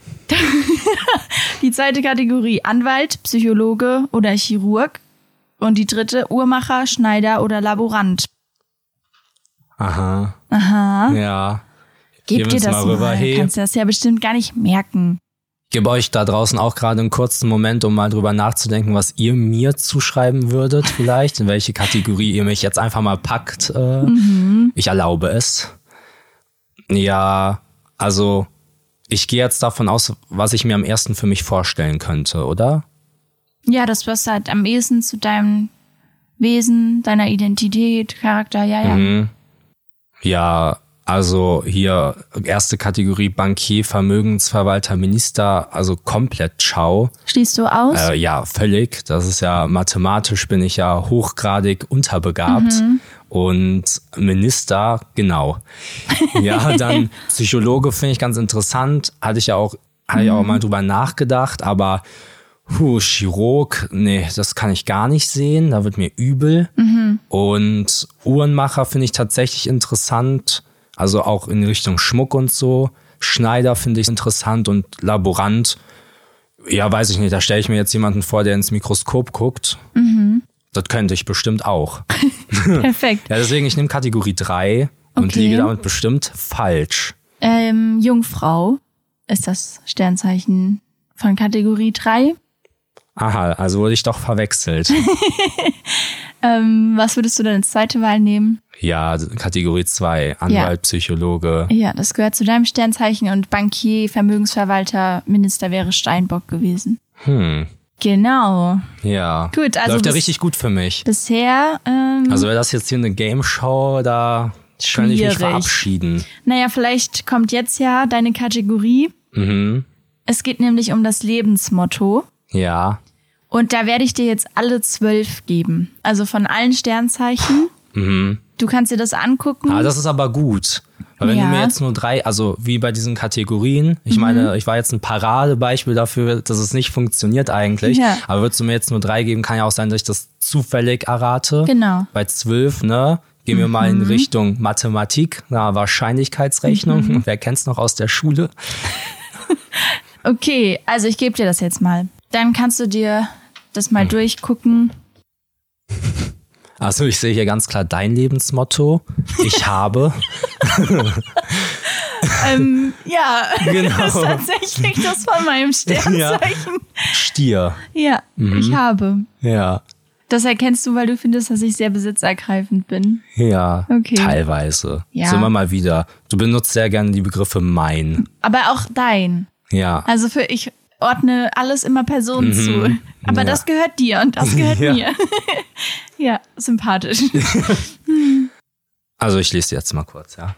[SPEAKER 2] (laughs) die zweite Kategorie Anwalt, Psychologe oder Chirurg. Und die dritte Uhrmacher, Schneider oder Laborant.
[SPEAKER 1] Aha.
[SPEAKER 2] Ah.
[SPEAKER 1] Aha. Ja.
[SPEAKER 2] Gib
[SPEAKER 1] Geben
[SPEAKER 2] dir
[SPEAKER 1] uns
[SPEAKER 2] das
[SPEAKER 1] mal
[SPEAKER 2] mal.
[SPEAKER 1] rüber, hey.
[SPEAKER 2] Kannst du das ja bestimmt gar nicht merken.
[SPEAKER 1] Gebe euch da draußen auch gerade einen kurzen Moment, um mal drüber nachzudenken, was ihr mir zuschreiben würdet, vielleicht, in welche Kategorie ihr mich jetzt einfach mal packt. Äh, Ich erlaube es. Ja, also ich gehe jetzt davon aus, was ich mir am ersten für mich vorstellen könnte, oder?
[SPEAKER 2] Ja, das passt halt am ehesten zu deinem Wesen, deiner Identität, Charakter, ja, ja.
[SPEAKER 1] Mhm. Ja, also hier erste Kategorie Bankier, Vermögensverwalter, Minister, also komplett Schau.
[SPEAKER 2] Schließt du aus?
[SPEAKER 1] Äh, ja, völlig. Das ist ja mathematisch bin ich ja hochgradig unterbegabt. Und Minister, genau. Ja, dann Psychologe finde ich ganz interessant. Hatte ich ja auch, hatte ich auch mal drüber nachgedacht, aber puh, Chirurg, nee, das kann ich gar nicht sehen. Da wird mir übel. Und Uhrenmacher finde ich tatsächlich interessant. Also auch in Richtung Schmuck und so. Schneider finde ich interessant und Laborant ja, weiß ich nicht. Da stelle ich mir jetzt jemanden vor, der ins Mikroskop guckt. Das könnte ich bestimmt auch.
[SPEAKER 2] (laughs) Perfekt.
[SPEAKER 1] Ja, deswegen, ich nehme Kategorie 3 und
[SPEAKER 2] Okay.
[SPEAKER 1] liege damit bestimmt falsch.
[SPEAKER 2] Ähm, Jungfrau ist das Sternzeichen von Kategorie 3.
[SPEAKER 1] Aha, also wurde ich doch
[SPEAKER 2] (laughs)
[SPEAKER 1] verwechselt.
[SPEAKER 2] Ähm, was würdest du denn als zweite Wahl nehmen?
[SPEAKER 1] ja, Kategorie 2, Anwalt, Psychologe.
[SPEAKER 2] Ja, das gehört zu deinem Sternzeichen und Bankier, Vermögensverwalter, Minister wäre Steinbock gewesen.
[SPEAKER 1] Hm,
[SPEAKER 2] Genau.
[SPEAKER 1] ja.
[SPEAKER 2] Gut, also
[SPEAKER 1] Läuft ja
[SPEAKER 2] bis-
[SPEAKER 1] richtig gut für mich.
[SPEAKER 2] Bisher, ähm,
[SPEAKER 1] Also wäre das jetzt hier eine Game-Show, da könnte ich mich
[SPEAKER 2] Schwierig.
[SPEAKER 1] verabschieden.
[SPEAKER 2] naja, vielleicht kommt jetzt ja deine Kategorie.
[SPEAKER 1] Mhm,
[SPEAKER 2] Es geht nämlich um das Lebensmotto.
[SPEAKER 1] ja.
[SPEAKER 2] Und da werde ich dir jetzt alle zwölf geben. Also von allen Sternzeichen.
[SPEAKER 1] Mhm.
[SPEAKER 2] Du kannst dir das angucken.
[SPEAKER 1] Ah, das ist aber gut. Weil wenn
[SPEAKER 2] Mhm. Ja. Mhm.
[SPEAKER 1] du mir jetzt nur drei, also wie bei diesen Kategorien, ich meine, ich war jetzt ein Paradebeispiel dafür, dass es nicht funktioniert eigentlich.
[SPEAKER 2] Ja.
[SPEAKER 1] Aber würdest du mir jetzt nur drei geben, kann ja auch sein, dass ich das zufällig errate.
[SPEAKER 2] Genau. Mhm.
[SPEAKER 1] Bei zwölf, ne? Gehen wir mal in Richtung Mathematik, na, Wahrscheinlichkeitsrechnung.
[SPEAKER 2] Mhm.
[SPEAKER 1] (laughs) Wer kennt's noch aus der Schule?
[SPEAKER 2] Okay, also ich gebe dir das jetzt mal. Dann kannst du dir das
[SPEAKER 1] Hm. (laughs)
[SPEAKER 2] mal durchgucken.
[SPEAKER 1] Also ich sehe hier ganz klar dein Lebensmotto.
[SPEAKER 2] (laughs)
[SPEAKER 1] Ich habe.
[SPEAKER 2] ähm, ja, (laughs) das ist
[SPEAKER 1] Genau.
[SPEAKER 2] tatsächlich das von meinem Sternzeichen.
[SPEAKER 1] Stier.
[SPEAKER 2] Ja,
[SPEAKER 1] Mhm.
[SPEAKER 2] ich habe.
[SPEAKER 1] Ja.
[SPEAKER 2] Das erkennst du, weil du findest, dass ich sehr besitzergreifend bin.
[SPEAKER 1] Ja.
[SPEAKER 2] Okay.
[SPEAKER 1] Teilweise.
[SPEAKER 2] Ja.
[SPEAKER 1] So immer mal wieder. Du benutzt sehr gerne die Begriffe mein.
[SPEAKER 2] Aber auch dein.
[SPEAKER 1] Ja.
[SPEAKER 2] Also für ich ordne alles immer Personen zu. Aber
[SPEAKER 1] Mhm. Ja.
[SPEAKER 2] das gehört dir und das
[SPEAKER 1] (laughs)
[SPEAKER 2] gehört
[SPEAKER 1] Ja.
[SPEAKER 2] mir. (laughs) ja,
[SPEAKER 1] (laughs)
[SPEAKER 2] sympathisch.
[SPEAKER 1] Also ich lese jetzt mal kurz, ja.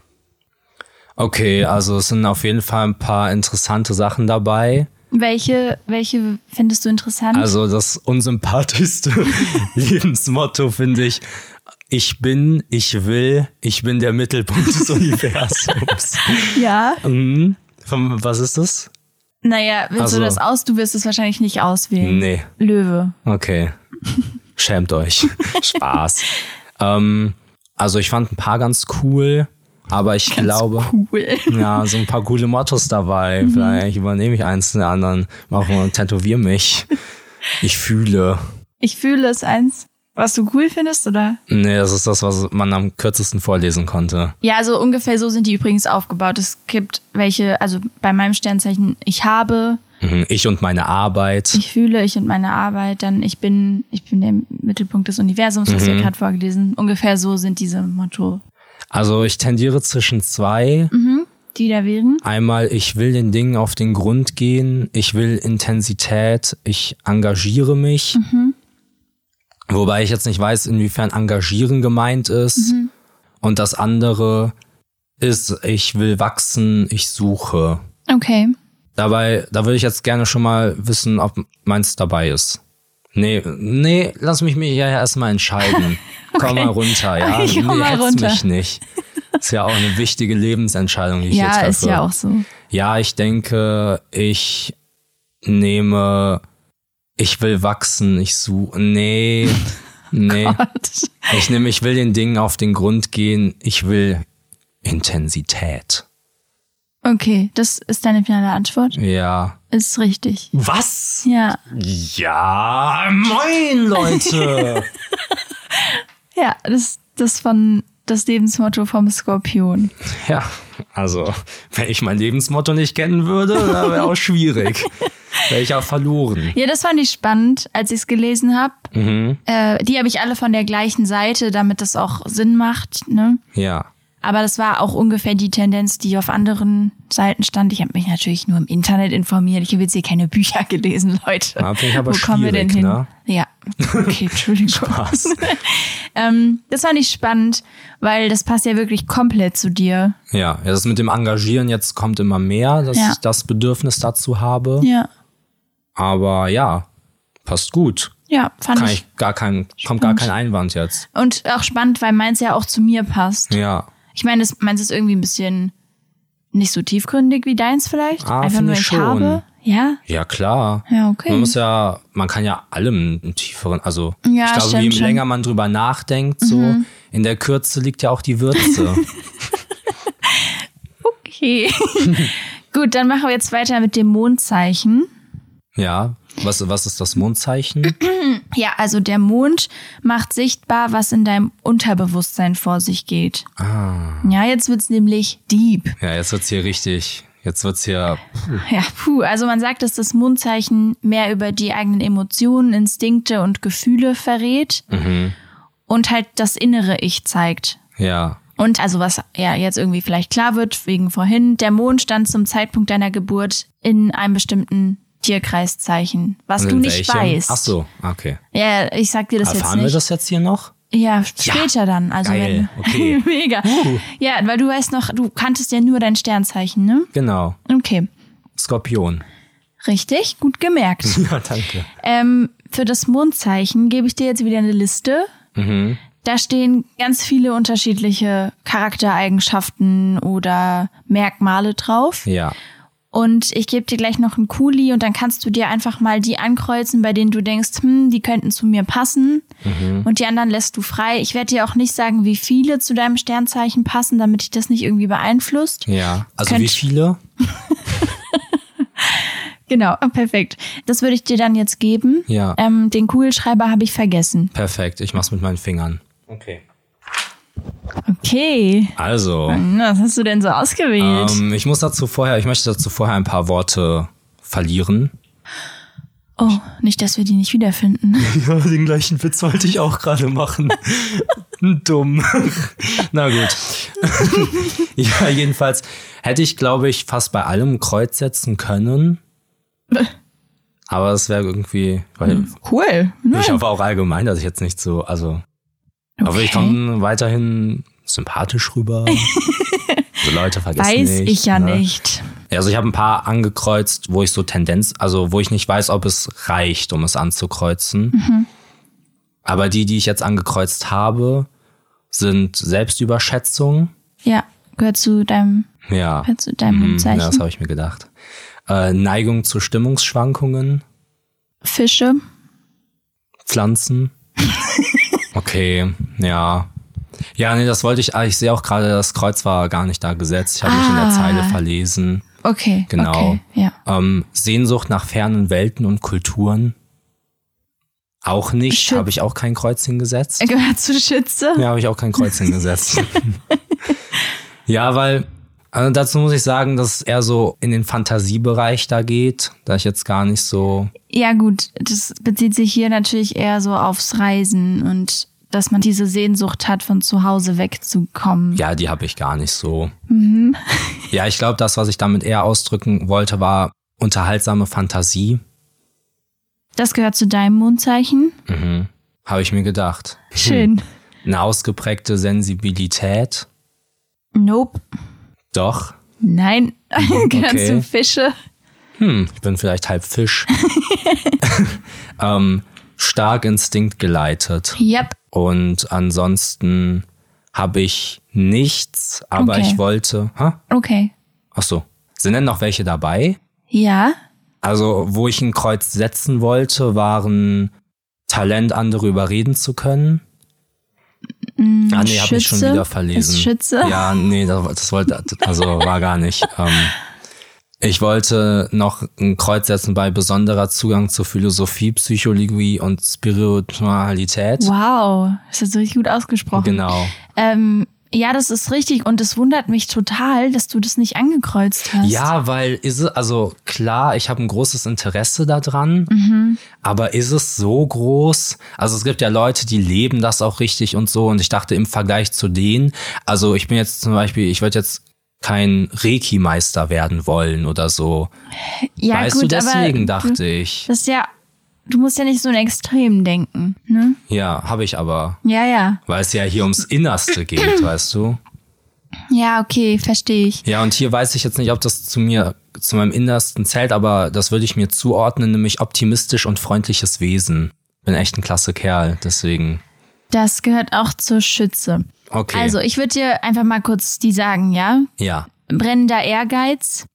[SPEAKER 1] Okay, also es sind auf jeden Fall ein paar interessante Sachen dabei.
[SPEAKER 2] Welche, welche findest du interessant?
[SPEAKER 1] Also das unsympathischste (laughs) Lebensmotto finde ich, ich bin, ich will, ich bin der Mittelpunkt des Universums.
[SPEAKER 2] ja.
[SPEAKER 1] mhm. Vom- Was ist das?
[SPEAKER 2] Naja, willst
[SPEAKER 1] Also-
[SPEAKER 2] du das aus? Du wirst es wahrscheinlich nicht auswählen.
[SPEAKER 1] Nee.
[SPEAKER 2] Löwe.
[SPEAKER 1] Okay. Schämt euch. Spaß. ähm, also ich fand ein paar ganz cool, aber ich glaube.
[SPEAKER 2] Cool. (laughs)
[SPEAKER 1] Ja, so ein paar coole Mottos dabei. Vielleicht übernehme ich eins den anderen. Mach mal, tätowier mich. Ich fühle.
[SPEAKER 2] Ich fühle es eins. Was du cool findest, oder?
[SPEAKER 1] Nee, das ist das, was man am kürzesten vorlesen konnte.
[SPEAKER 2] Ja, also ungefähr so sind die übrigens aufgebaut. Es gibt welche, also bei meinem Sternzeichen, ich habe,
[SPEAKER 1] Mhm, Ich und meine Arbeit.
[SPEAKER 2] Ich fühle, ich und meine Arbeit, dann ich bin, ich bin der Mittelpunkt des Universums, hast du
[SPEAKER 1] Mhm.
[SPEAKER 2] ja gerade vorgelesen. Ungefähr so sind diese Motto,
[SPEAKER 1] Also ich tendiere zwischen zwei.
[SPEAKER 2] die da wären.
[SPEAKER 1] Einmal, ich will den Dingen auf den Grund gehen, ich will Intensität, ich engagiere mich. Wobei ich jetzt nicht weiß, inwiefern engagieren gemeint ist.
[SPEAKER 2] Mhm.
[SPEAKER 1] Und das andere ist, ich will wachsen, ich suche.
[SPEAKER 2] Okay.
[SPEAKER 1] Dabei, da würde ich jetzt gerne schon mal wissen, ob meins dabei ist. Nee, nee, lass mich mich ja erstmal
[SPEAKER 2] (laughs)
[SPEAKER 1] entscheiden. Komm mal runter, ja.
[SPEAKER 2] Ich komm
[SPEAKER 1] nee,
[SPEAKER 2] mal
[SPEAKER 1] hetz
[SPEAKER 2] runter.
[SPEAKER 1] mich nicht. Ist ja auch eine wichtige Lebensentscheidung, die ich hier
[SPEAKER 2] Ja,
[SPEAKER 1] treffe.
[SPEAKER 2] ist ja auch so.
[SPEAKER 1] Ja, ich denke, ich nehme, ich will wachsen, ich suche,
[SPEAKER 2] (laughs)
[SPEAKER 1] nee, nee. Ich nehme, ich will den Dingen auf den Grund gehen, ich will Intensität.
[SPEAKER 2] Okay, das ist deine finale Antwort.
[SPEAKER 1] Ja.
[SPEAKER 2] Ist richtig.
[SPEAKER 1] Was?
[SPEAKER 2] Ja.
[SPEAKER 1] Ja, moin, Leute.
[SPEAKER 2] Ja, das, das von das Lebensmotto vom Skorpion.
[SPEAKER 1] (laughs) ja, also, wenn ich mein Lebensmotto nicht kennen würde, dann wäre auch (laughs) schwierig. Wäre ich ja verloren.
[SPEAKER 2] Ja, das fand ich spannend, als ich es gelesen habe.
[SPEAKER 1] Mhm.
[SPEAKER 2] Äh, die habe ich alle von der gleichen Seite, damit das auch Sinn macht. Ne?
[SPEAKER 1] Ja.
[SPEAKER 2] Aber das war auch ungefähr die Tendenz, die auf anderen Seiten stand. Ich habe mich natürlich nur im Internet informiert. Ich habe jetzt hier keine Bücher gelesen, Leute.
[SPEAKER 1] Ja, finde ich aber
[SPEAKER 2] Wo kommen wir denn
[SPEAKER 1] schwierig,
[SPEAKER 2] hin?
[SPEAKER 1] ne?
[SPEAKER 2] Ja, okay, Entschuldigung.
[SPEAKER 1] Was?
[SPEAKER 2] (laughs) ähm, das fand ich spannend, weil das passt ja wirklich komplett zu dir.
[SPEAKER 1] Ja, ja, das mit dem Engagieren jetzt kommt immer mehr, dass
[SPEAKER 2] Ja.
[SPEAKER 1] ich das Bedürfnis dazu habe.
[SPEAKER 2] Ja,
[SPEAKER 1] Aber ja, passt gut.
[SPEAKER 2] ja, fand
[SPEAKER 1] Kann
[SPEAKER 2] ich.
[SPEAKER 1] ich gar kein, kommt gar kein Einwand jetzt.
[SPEAKER 2] Und auch spannend, weil meins ja auch zu mir passt.
[SPEAKER 1] Ja.
[SPEAKER 2] Ich meine, das, meins ist irgendwie ein bisschen nicht so tiefgründig wie deins vielleicht.
[SPEAKER 1] Ah,
[SPEAKER 2] Einfach
[SPEAKER 1] finde
[SPEAKER 2] nur
[SPEAKER 1] ich
[SPEAKER 2] ich
[SPEAKER 1] schon.
[SPEAKER 2] habe. Ja,
[SPEAKER 1] Ja, klar.
[SPEAKER 2] Ja, okay.
[SPEAKER 1] Man muss ja, man kann ja allem einen tieferen, also
[SPEAKER 2] Ja,
[SPEAKER 1] ich glaube,
[SPEAKER 2] stimmt,
[SPEAKER 1] je
[SPEAKER 2] stimmt. Mhm.
[SPEAKER 1] länger man drüber nachdenkt, so in der Kürze liegt ja auch die
[SPEAKER 2] (laughs)
[SPEAKER 1] Würze. (laughs)
[SPEAKER 2] okay. Gut, dann machen wir jetzt weiter mit dem Mondzeichen.
[SPEAKER 1] ja. Was, was ist das Mondzeichen?
[SPEAKER 2] (clears throat) Ja, also der Mond macht sichtbar, was in deinem Unterbewusstsein vor sich geht.
[SPEAKER 1] ah.
[SPEAKER 2] Ja, jetzt wird's nämlich deep.
[SPEAKER 1] Ja, jetzt wird's hier richtig. Jetzt wird's hier.
[SPEAKER 2] Ja, puh, also man sagt, dass das Mondzeichen mehr über die eigenen Emotionen, Instinkte und Gefühle verrät
[SPEAKER 1] Mhm.
[SPEAKER 2] und halt das innere Ich zeigt.
[SPEAKER 1] Ja.
[SPEAKER 2] Und also was ja jetzt irgendwie vielleicht klar wird, wegen vorhin, der Mond stand zum Zeitpunkt deiner Geburt in einem bestimmten Tierkreiszeichen, was
[SPEAKER 1] Und Also
[SPEAKER 2] du
[SPEAKER 1] in
[SPEAKER 2] nicht
[SPEAKER 1] welchem?
[SPEAKER 2] weißt.
[SPEAKER 1] Ach so, okay.
[SPEAKER 2] Ja, ich sag dir das jetzt
[SPEAKER 1] Erfahren
[SPEAKER 2] nicht.
[SPEAKER 1] wir das jetzt hier noch?
[SPEAKER 2] Ja, später dann. Also
[SPEAKER 1] Geil, Uh.
[SPEAKER 2] wenn, (laughs)
[SPEAKER 1] okay.
[SPEAKER 2] mega. Ja, weil du weißt noch, du kanntest ja nur dein Sternzeichen, ne?
[SPEAKER 1] Genau.
[SPEAKER 2] Okay. (laughs)
[SPEAKER 1] Skorpion.
[SPEAKER 2] Richtig, gut gemerkt.
[SPEAKER 1] (laughs) Ja, danke.
[SPEAKER 2] ähm, für das Mondzeichen gebe ich dir jetzt wieder eine Liste.
[SPEAKER 1] Mhm.
[SPEAKER 2] Da stehen ganz viele unterschiedliche Charaktereigenschaften oder Merkmale drauf.
[SPEAKER 1] Ja.
[SPEAKER 2] Und ich gebe dir gleich noch einen Kuli und dann kannst du dir einfach mal die ankreuzen, bei denen du denkst, hm, die könnten zu mir passen.
[SPEAKER 1] Mhm.
[SPEAKER 2] Und die anderen lässt du frei. Ich werde dir auch nicht sagen, wie viele zu deinem Sternzeichen passen, damit dich das nicht irgendwie beeinflusst.
[SPEAKER 1] Ja. Also
[SPEAKER 2] Könnt-
[SPEAKER 1] wie viele?
[SPEAKER 2] Genau, (laughs) ah, perfekt. Das würde ich dir dann jetzt geben.
[SPEAKER 1] Ja.
[SPEAKER 2] Ähm, den Kugelschreiber habe ich vergessen.
[SPEAKER 1] Perfekt, ich mach's mit meinen Fingern. Okay.
[SPEAKER 2] Okay.
[SPEAKER 1] Also,
[SPEAKER 2] Na, was hast du denn so ausgewählt?
[SPEAKER 1] ähm, ich muss dazu vorher, ich möchte dazu vorher ein paar Worte verlieren.
[SPEAKER 2] oh, nicht, dass wir die nicht wiederfinden.
[SPEAKER 1] Ja, den gleichen Witz wollte ich auch gerade machen. (laughs) Dumm. Na gut. (laughs) ja, jedenfalls hätte ich, glaube ich, fast bei allem ein Kreuz setzen können. Aber es wäre irgendwie, weil
[SPEAKER 2] Hm. (laughs) Cool.
[SPEAKER 1] Ähm. ich hoffe auch allgemein, dass ich jetzt nicht so, also Aber ich komme weiterhin sympathisch
[SPEAKER 2] (laughs)
[SPEAKER 1] rüber. so Leute vergessen
[SPEAKER 2] Weiß
[SPEAKER 1] nicht.
[SPEAKER 2] ich ja
[SPEAKER 1] ne?
[SPEAKER 2] nicht.
[SPEAKER 1] Also ich habe ein paar angekreuzt, wo ich so Tendenz, also wo ich nicht weiß, ob es reicht, um es anzukreuzen.
[SPEAKER 2] Mhm.
[SPEAKER 1] Aber die, die ich jetzt angekreuzt habe, sind Selbstüberschätzung.
[SPEAKER 2] Ja, gehört zu deinem,
[SPEAKER 1] Ja.
[SPEAKER 2] gehört zu deinem
[SPEAKER 1] Hm, ja,
[SPEAKER 2] Mondzeichen.
[SPEAKER 1] das habe ich mir gedacht. Äh, Neigung zu Stimmungsschwankungen,
[SPEAKER 2] Fische. (laughs)
[SPEAKER 1] Pflanzen. okay, ja. Ja, nee, das wollte ich, ah, ich sehe auch gerade, das Kreuz war gar nicht da gesetzt. Ich habe mich in der
[SPEAKER 2] Ah.
[SPEAKER 1] Zeile verlesen.
[SPEAKER 2] Okay.
[SPEAKER 1] Genau.
[SPEAKER 2] Okay, ja.
[SPEAKER 1] Ähm, Sehnsucht nach fernen Welten und Kulturen. Auch nicht,
[SPEAKER 2] Schön.
[SPEAKER 1] habe ich auch kein Kreuz hingesetzt.
[SPEAKER 2] Er gehört zu Schütze.
[SPEAKER 1] Ja, habe ich auch kein Kreuz hingesetzt. ja, weil Also dazu muss ich sagen, dass es eher so in den Fantasiebereich da geht, da ich jetzt gar nicht so.
[SPEAKER 2] Ja, gut, das bezieht sich hier natürlich eher so aufs Reisen und dass man diese Sehnsucht hat, von zu Hause wegzukommen. Mhm.
[SPEAKER 1] Ja, die habe ich gar nicht so. ja, ich glaube, das, was ich damit eher ausdrücken wollte, war unterhaltsame Fantasie.
[SPEAKER 2] Das gehört zu deinem Mondzeichen.
[SPEAKER 1] Mhm. Habe ich mir gedacht.
[SPEAKER 2] Schön.
[SPEAKER 1] Eine ausgeprägte Sensibilität.
[SPEAKER 2] Nope.
[SPEAKER 1] Doch.
[SPEAKER 2] Nein. (laughs) Gehört
[SPEAKER 1] Okay.
[SPEAKER 2] zu Fische.
[SPEAKER 1] Hm, ich bin vielleicht halb Fisch. ähm, stark Instinkt geleitet.
[SPEAKER 2] Yep.
[SPEAKER 1] Und ansonsten habe ich nichts, aber
[SPEAKER 2] Okay.
[SPEAKER 1] ich wollte. Ha?
[SPEAKER 2] Okay.
[SPEAKER 1] Ach so. Sind denn noch welche dabei?
[SPEAKER 2] Ja.
[SPEAKER 1] Also, wo ich ein Kreuz setzen wollte, waren Talent, andere überreden zu können. ah, nee, habe ich schon
[SPEAKER 2] Mm, Schütze?
[SPEAKER 1] wieder verlesen.
[SPEAKER 2] Ist Schütze?
[SPEAKER 1] Ja, nee, das, das wollte, also war gar nicht.
[SPEAKER 2] (laughs)
[SPEAKER 1] Ähm, ich wollte noch ein Kreuz setzen bei besonderer Zugang zur Philosophie, Psychologie und Spiritualität.
[SPEAKER 2] Wow. Ist das richtig gut ausgesprochen.
[SPEAKER 1] Genau.
[SPEAKER 2] Ähm, ja, das ist richtig und es wundert mich total, dass du das nicht angekreuzt hast.
[SPEAKER 1] Ja, weil ist es, also klar, ich habe ein großes Interesse daran,
[SPEAKER 2] Mhm.
[SPEAKER 1] aber ist es so groß? Also es gibt ja Leute, die leben das auch richtig und so und ich dachte im Vergleich zu denen, also ich bin jetzt zum Beispiel, ich würde jetzt kein Reiki-Meister werden wollen oder so.
[SPEAKER 2] ja
[SPEAKER 1] weißt
[SPEAKER 2] gut,
[SPEAKER 1] du, deswegen
[SPEAKER 2] aber hm.
[SPEAKER 1] dachte
[SPEAKER 2] du,
[SPEAKER 1] ich.
[SPEAKER 2] Das ist ja, du musst ja nicht so ein Extrem denken, ne?
[SPEAKER 1] Ja, habe ich aber,
[SPEAKER 2] Ja, ja.
[SPEAKER 1] weil es ja hier ums Innerste geht, weißt du?
[SPEAKER 2] Ja, okay, verstehe ich.
[SPEAKER 1] Ja, und hier weiß ich jetzt nicht, ob das zu mir, zu meinem Innersten zählt, aber das würde ich mir zuordnen, nämlich optimistisch und freundliches Wesen. Bin echt ein klasse Kerl, deswegen.
[SPEAKER 2] Das gehört auch zur Schütze.
[SPEAKER 1] Okay.
[SPEAKER 2] Also, ich würde dir einfach mal kurz die sagen, ja?
[SPEAKER 1] ja.
[SPEAKER 2] Brennender Ehrgeiz,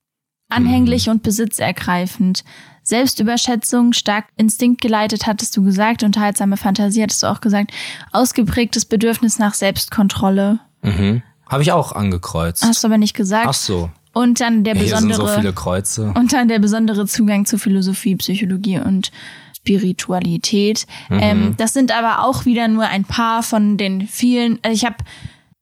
[SPEAKER 2] anhänglich
[SPEAKER 1] Mhm.
[SPEAKER 2] und besitzergreifend. Selbstüberschätzung, stark instinktgeleitet, hattest du gesagt, unterhaltsame Fantasie, hattest du auch gesagt, ausgeprägtes Bedürfnis nach Selbstkontrolle,
[SPEAKER 1] Mhm. Habe ich auch angekreuzt.
[SPEAKER 2] hast du aber nicht gesagt.
[SPEAKER 1] Ach so.
[SPEAKER 2] Und dann der
[SPEAKER 1] Ja, hier sind
[SPEAKER 2] besondere
[SPEAKER 1] so viele Kreuze.
[SPEAKER 2] und dann der besondere Zugang zu Philosophie, Psychologie und Spiritualität. Ähm, das sind aber auch wieder nur ein paar von den vielen. Also ich habe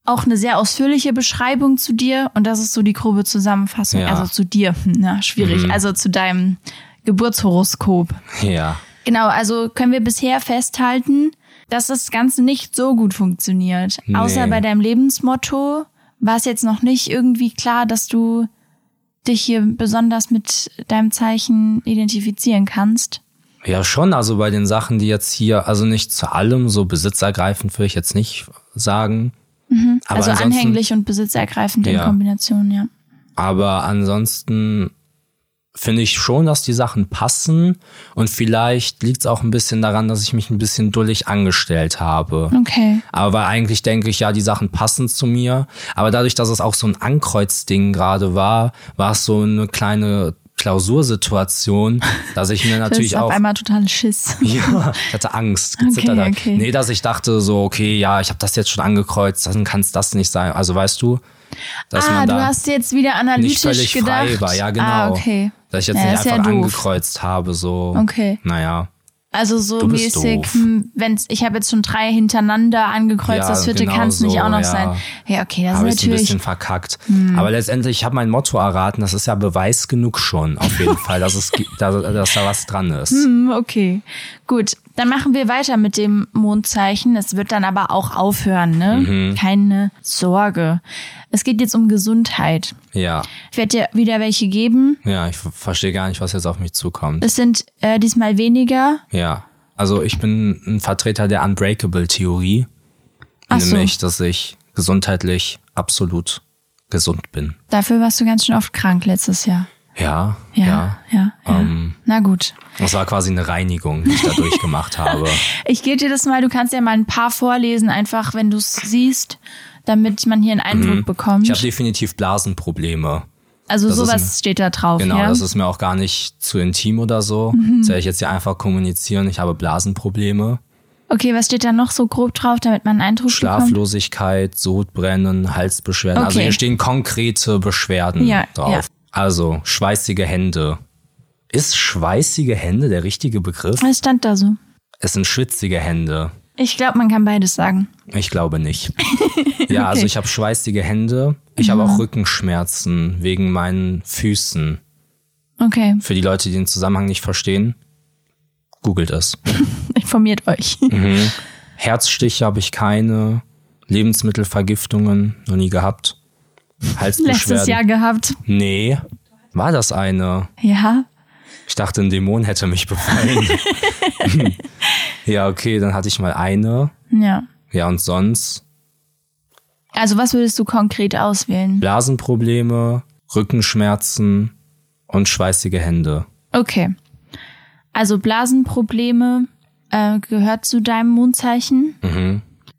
[SPEAKER 2] auch eine sehr ausführliche Beschreibung zu dir und das ist so die grobe Zusammenfassung.
[SPEAKER 1] Ja.
[SPEAKER 2] Also zu dir, (laughs) Hm, na schwierig. Also zu deinem Geburtshoroskop.
[SPEAKER 1] Ja.
[SPEAKER 2] Genau, also können wir bisher festhalten, dass das Ganze nicht so gut funktioniert. Außer bei deinem Lebensmotto war es jetzt noch nicht irgendwie klar, dass du dich hier besonders mit deinem Zeichen identifizieren kannst.
[SPEAKER 1] Ja, schon. Also bei den Sachen, die jetzt hier, also nicht zu allem, so besitzergreifend würde ich jetzt nicht sagen. Mhm. Aber
[SPEAKER 2] also
[SPEAKER 1] ansonsten-
[SPEAKER 2] anhänglich und besitzergreifend in
[SPEAKER 1] Ja.
[SPEAKER 2] Kombination, ja.
[SPEAKER 1] Aber ansonsten finde ich schon, dass die Sachen passen. Und vielleicht liegt es auch ein bisschen daran, dass ich mich ein bisschen dullig angestellt habe.
[SPEAKER 2] Okay.
[SPEAKER 1] Aber eigentlich denke ich, ja, die Sachen passen zu mir. Aber dadurch, dass es auch so ein Ankreuzding gerade war, war es so eine kleine
[SPEAKER 2] (laughs)
[SPEAKER 1] Klausursituation, dass ich mir
[SPEAKER 2] Das ist
[SPEAKER 1] natürlich
[SPEAKER 2] auf
[SPEAKER 1] auch
[SPEAKER 2] einmal total Schiss.
[SPEAKER 1] (laughs) ja, ich hatte Angst, gezittert.
[SPEAKER 2] Okay, okay.
[SPEAKER 1] Nee, dass ich dachte so, okay, ja, ich habe das jetzt schon angekreuzt, dann kann es das nicht sein. Also weißt du, dass
[SPEAKER 2] ah,
[SPEAKER 1] man da
[SPEAKER 2] du hast jetzt wieder analytisch
[SPEAKER 1] nicht völlig
[SPEAKER 2] gedacht.
[SPEAKER 1] frei war. Ja, genau.
[SPEAKER 2] Ah, okay.
[SPEAKER 1] Dass ich jetzt
[SPEAKER 2] Ja,
[SPEAKER 1] nicht
[SPEAKER 2] ist ja
[SPEAKER 1] einfach
[SPEAKER 2] doof.
[SPEAKER 1] angekreuzt habe, so.
[SPEAKER 2] Okay.
[SPEAKER 1] Naja.
[SPEAKER 2] Also so
[SPEAKER 1] Du bist
[SPEAKER 2] mäßig,
[SPEAKER 1] doof.
[SPEAKER 2] hm, wenn's, ich habe jetzt schon drei hintereinander angekreuzt,
[SPEAKER 1] Ja,
[SPEAKER 2] das vierte
[SPEAKER 1] genau
[SPEAKER 2] kann es nicht
[SPEAKER 1] so,
[SPEAKER 2] auch noch
[SPEAKER 1] ja.
[SPEAKER 2] sein. Ja, okay, das
[SPEAKER 1] Habe
[SPEAKER 2] ist
[SPEAKER 1] ich ein
[SPEAKER 2] natürlich. Hm.
[SPEAKER 1] bisschen verkackt. Aber letztendlich, ich habe mein Motto erraten, das ist ja Beweis genug schon, auf
[SPEAKER 2] (laughs)
[SPEAKER 1] jeden Fall, dass, es, gi- dass, dass da was dran ist.
[SPEAKER 2] Hm, okay, gut. Dann machen wir weiter mit dem Mondzeichen. Es wird dann aber auch aufhören, ne?
[SPEAKER 1] Mhm.
[SPEAKER 2] Keine Sorge. Es geht jetzt um Gesundheit.
[SPEAKER 1] Ja.
[SPEAKER 2] Ich werde dir wieder welche geben.
[SPEAKER 1] Ja, ich ver- verstehe gar nicht, was jetzt auf mich zukommt.
[SPEAKER 2] Es sind äh, diesmal weniger.
[SPEAKER 1] Ja. Also ich bin ein Vertreter der Unbreakable-Theorie.
[SPEAKER 2] Ach so.
[SPEAKER 1] Nämlich, dass ich gesundheitlich absolut gesund bin.
[SPEAKER 2] Dafür warst du ganz schön oft krank letztes Jahr.
[SPEAKER 1] Ja, ja. ähm,
[SPEAKER 2] Ja, ja, ja. Na gut.
[SPEAKER 1] Das war quasi eine Reinigung, die ich da
[SPEAKER 2] (laughs)
[SPEAKER 1] durchgemacht habe.
[SPEAKER 2] Ich gebe dir das mal, du kannst ja mal ein paar vorlesen, einfach wenn du es siehst, damit man hier einen Eindruck bekommt.
[SPEAKER 1] Mhm. Ich habe definitiv Blasenprobleme.
[SPEAKER 2] also
[SPEAKER 1] das ist
[SPEAKER 2] sowas steht da drauf,
[SPEAKER 1] Genau,
[SPEAKER 2] ja? Mhm.
[SPEAKER 1] das ist mir auch gar nicht zu intim oder so. Das werde ich jetzt hier einfach kommunizieren. Ich habe Blasenprobleme,
[SPEAKER 2] okay, was steht da noch so grob drauf, damit man einen Eindruck bekommt?
[SPEAKER 1] Schlaflosigkeit, Sodbrennen, Halsbeschwerden. Also
[SPEAKER 2] Okay.
[SPEAKER 1] hier stehen konkrete Beschwerden
[SPEAKER 2] Ja,
[SPEAKER 1] drauf.
[SPEAKER 2] ja.
[SPEAKER 1] Also schweißige Hände. Ist schweißige Hände der richtige Begriff?
[SPEAKER 2] Was stand da so?
[SPEAKER 1] Es sind schwitzige Hände.
[SPEAKER 2] Ich glaube, man kann beides sagen.
[SPEAKER 1] Ich glaube
[SPEAKER 2] (laughs)
[SPEAKER 1] nicht. Ja, also ich habe schweißige Hände. Ich habe
[SPEAKER 2] Mhm.
[SPEAKER 1] auch Rückenschmerzen wegen meinen Füßen.
[SPEAKER 2] Okay, (laughs)
[SPEAKER 1] Für die Leute, die den Zusammenhang nicht verstehen, googelt es.
[SPEAKER 2] informiert euch.
[SPEAKER 1] Herzstiche habe ich keine. Lebensmittelvergiftungen noch nie gehabt.
[SPEAKER 2] Letztes
[SPEAKER 1] Halsbeschwerden.
[SPEAKER 2] Jahr gehabt.
[SPEAKER 1] Nee. War das eine?
[SPEAKER 2] Ja.
[SPEAKER 1] Ich dachte, ein Dämon hätte mich befallen.
[SPEAKER 2] (laughs)
[SPEAKER 1] ja, okay, dann hatte ich mal eine.
[SPEAKER 2] Ja.
[SPEAKER 1] Ja, und sonst
[SPEAKER 2] Also was würdest du konkret auswählen?
[SPEAKER 1] Blasenprobleme, Rückenschmerzen und schweißige Hände.
[SPEAKER 2] Okay. Also Blasenprobleme äh, gehört zu deinem Mondzeichen.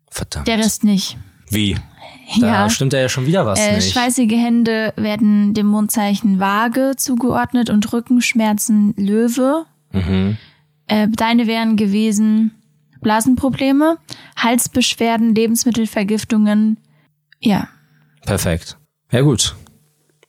[SPEAKER 1] Verdammt.
[SPEAKER 2] Der Rest nicht.
[SPEAKER 1] Wie? Mhm. Da
[SPEAKER 2] Ja.
[SPEAKER 1] stimmt ja schon wieder was
[SPEAKER 2] Äh,
[SPEAKER 1] nicht.
[SPEAKER 2] schweißige Hände werden dem Mondzeichen Waage zugeordnet und Rückenschmerzen Löwe.
[SPEAKER 1] Mhm.
[SPEAKER 2] Äh, deine wären gewesen Blasenprobleme, Halsbeschwerden, Lebensmittelvergiftungen. Ja,
[SPEAKER 1] Perfekt. Ja gut.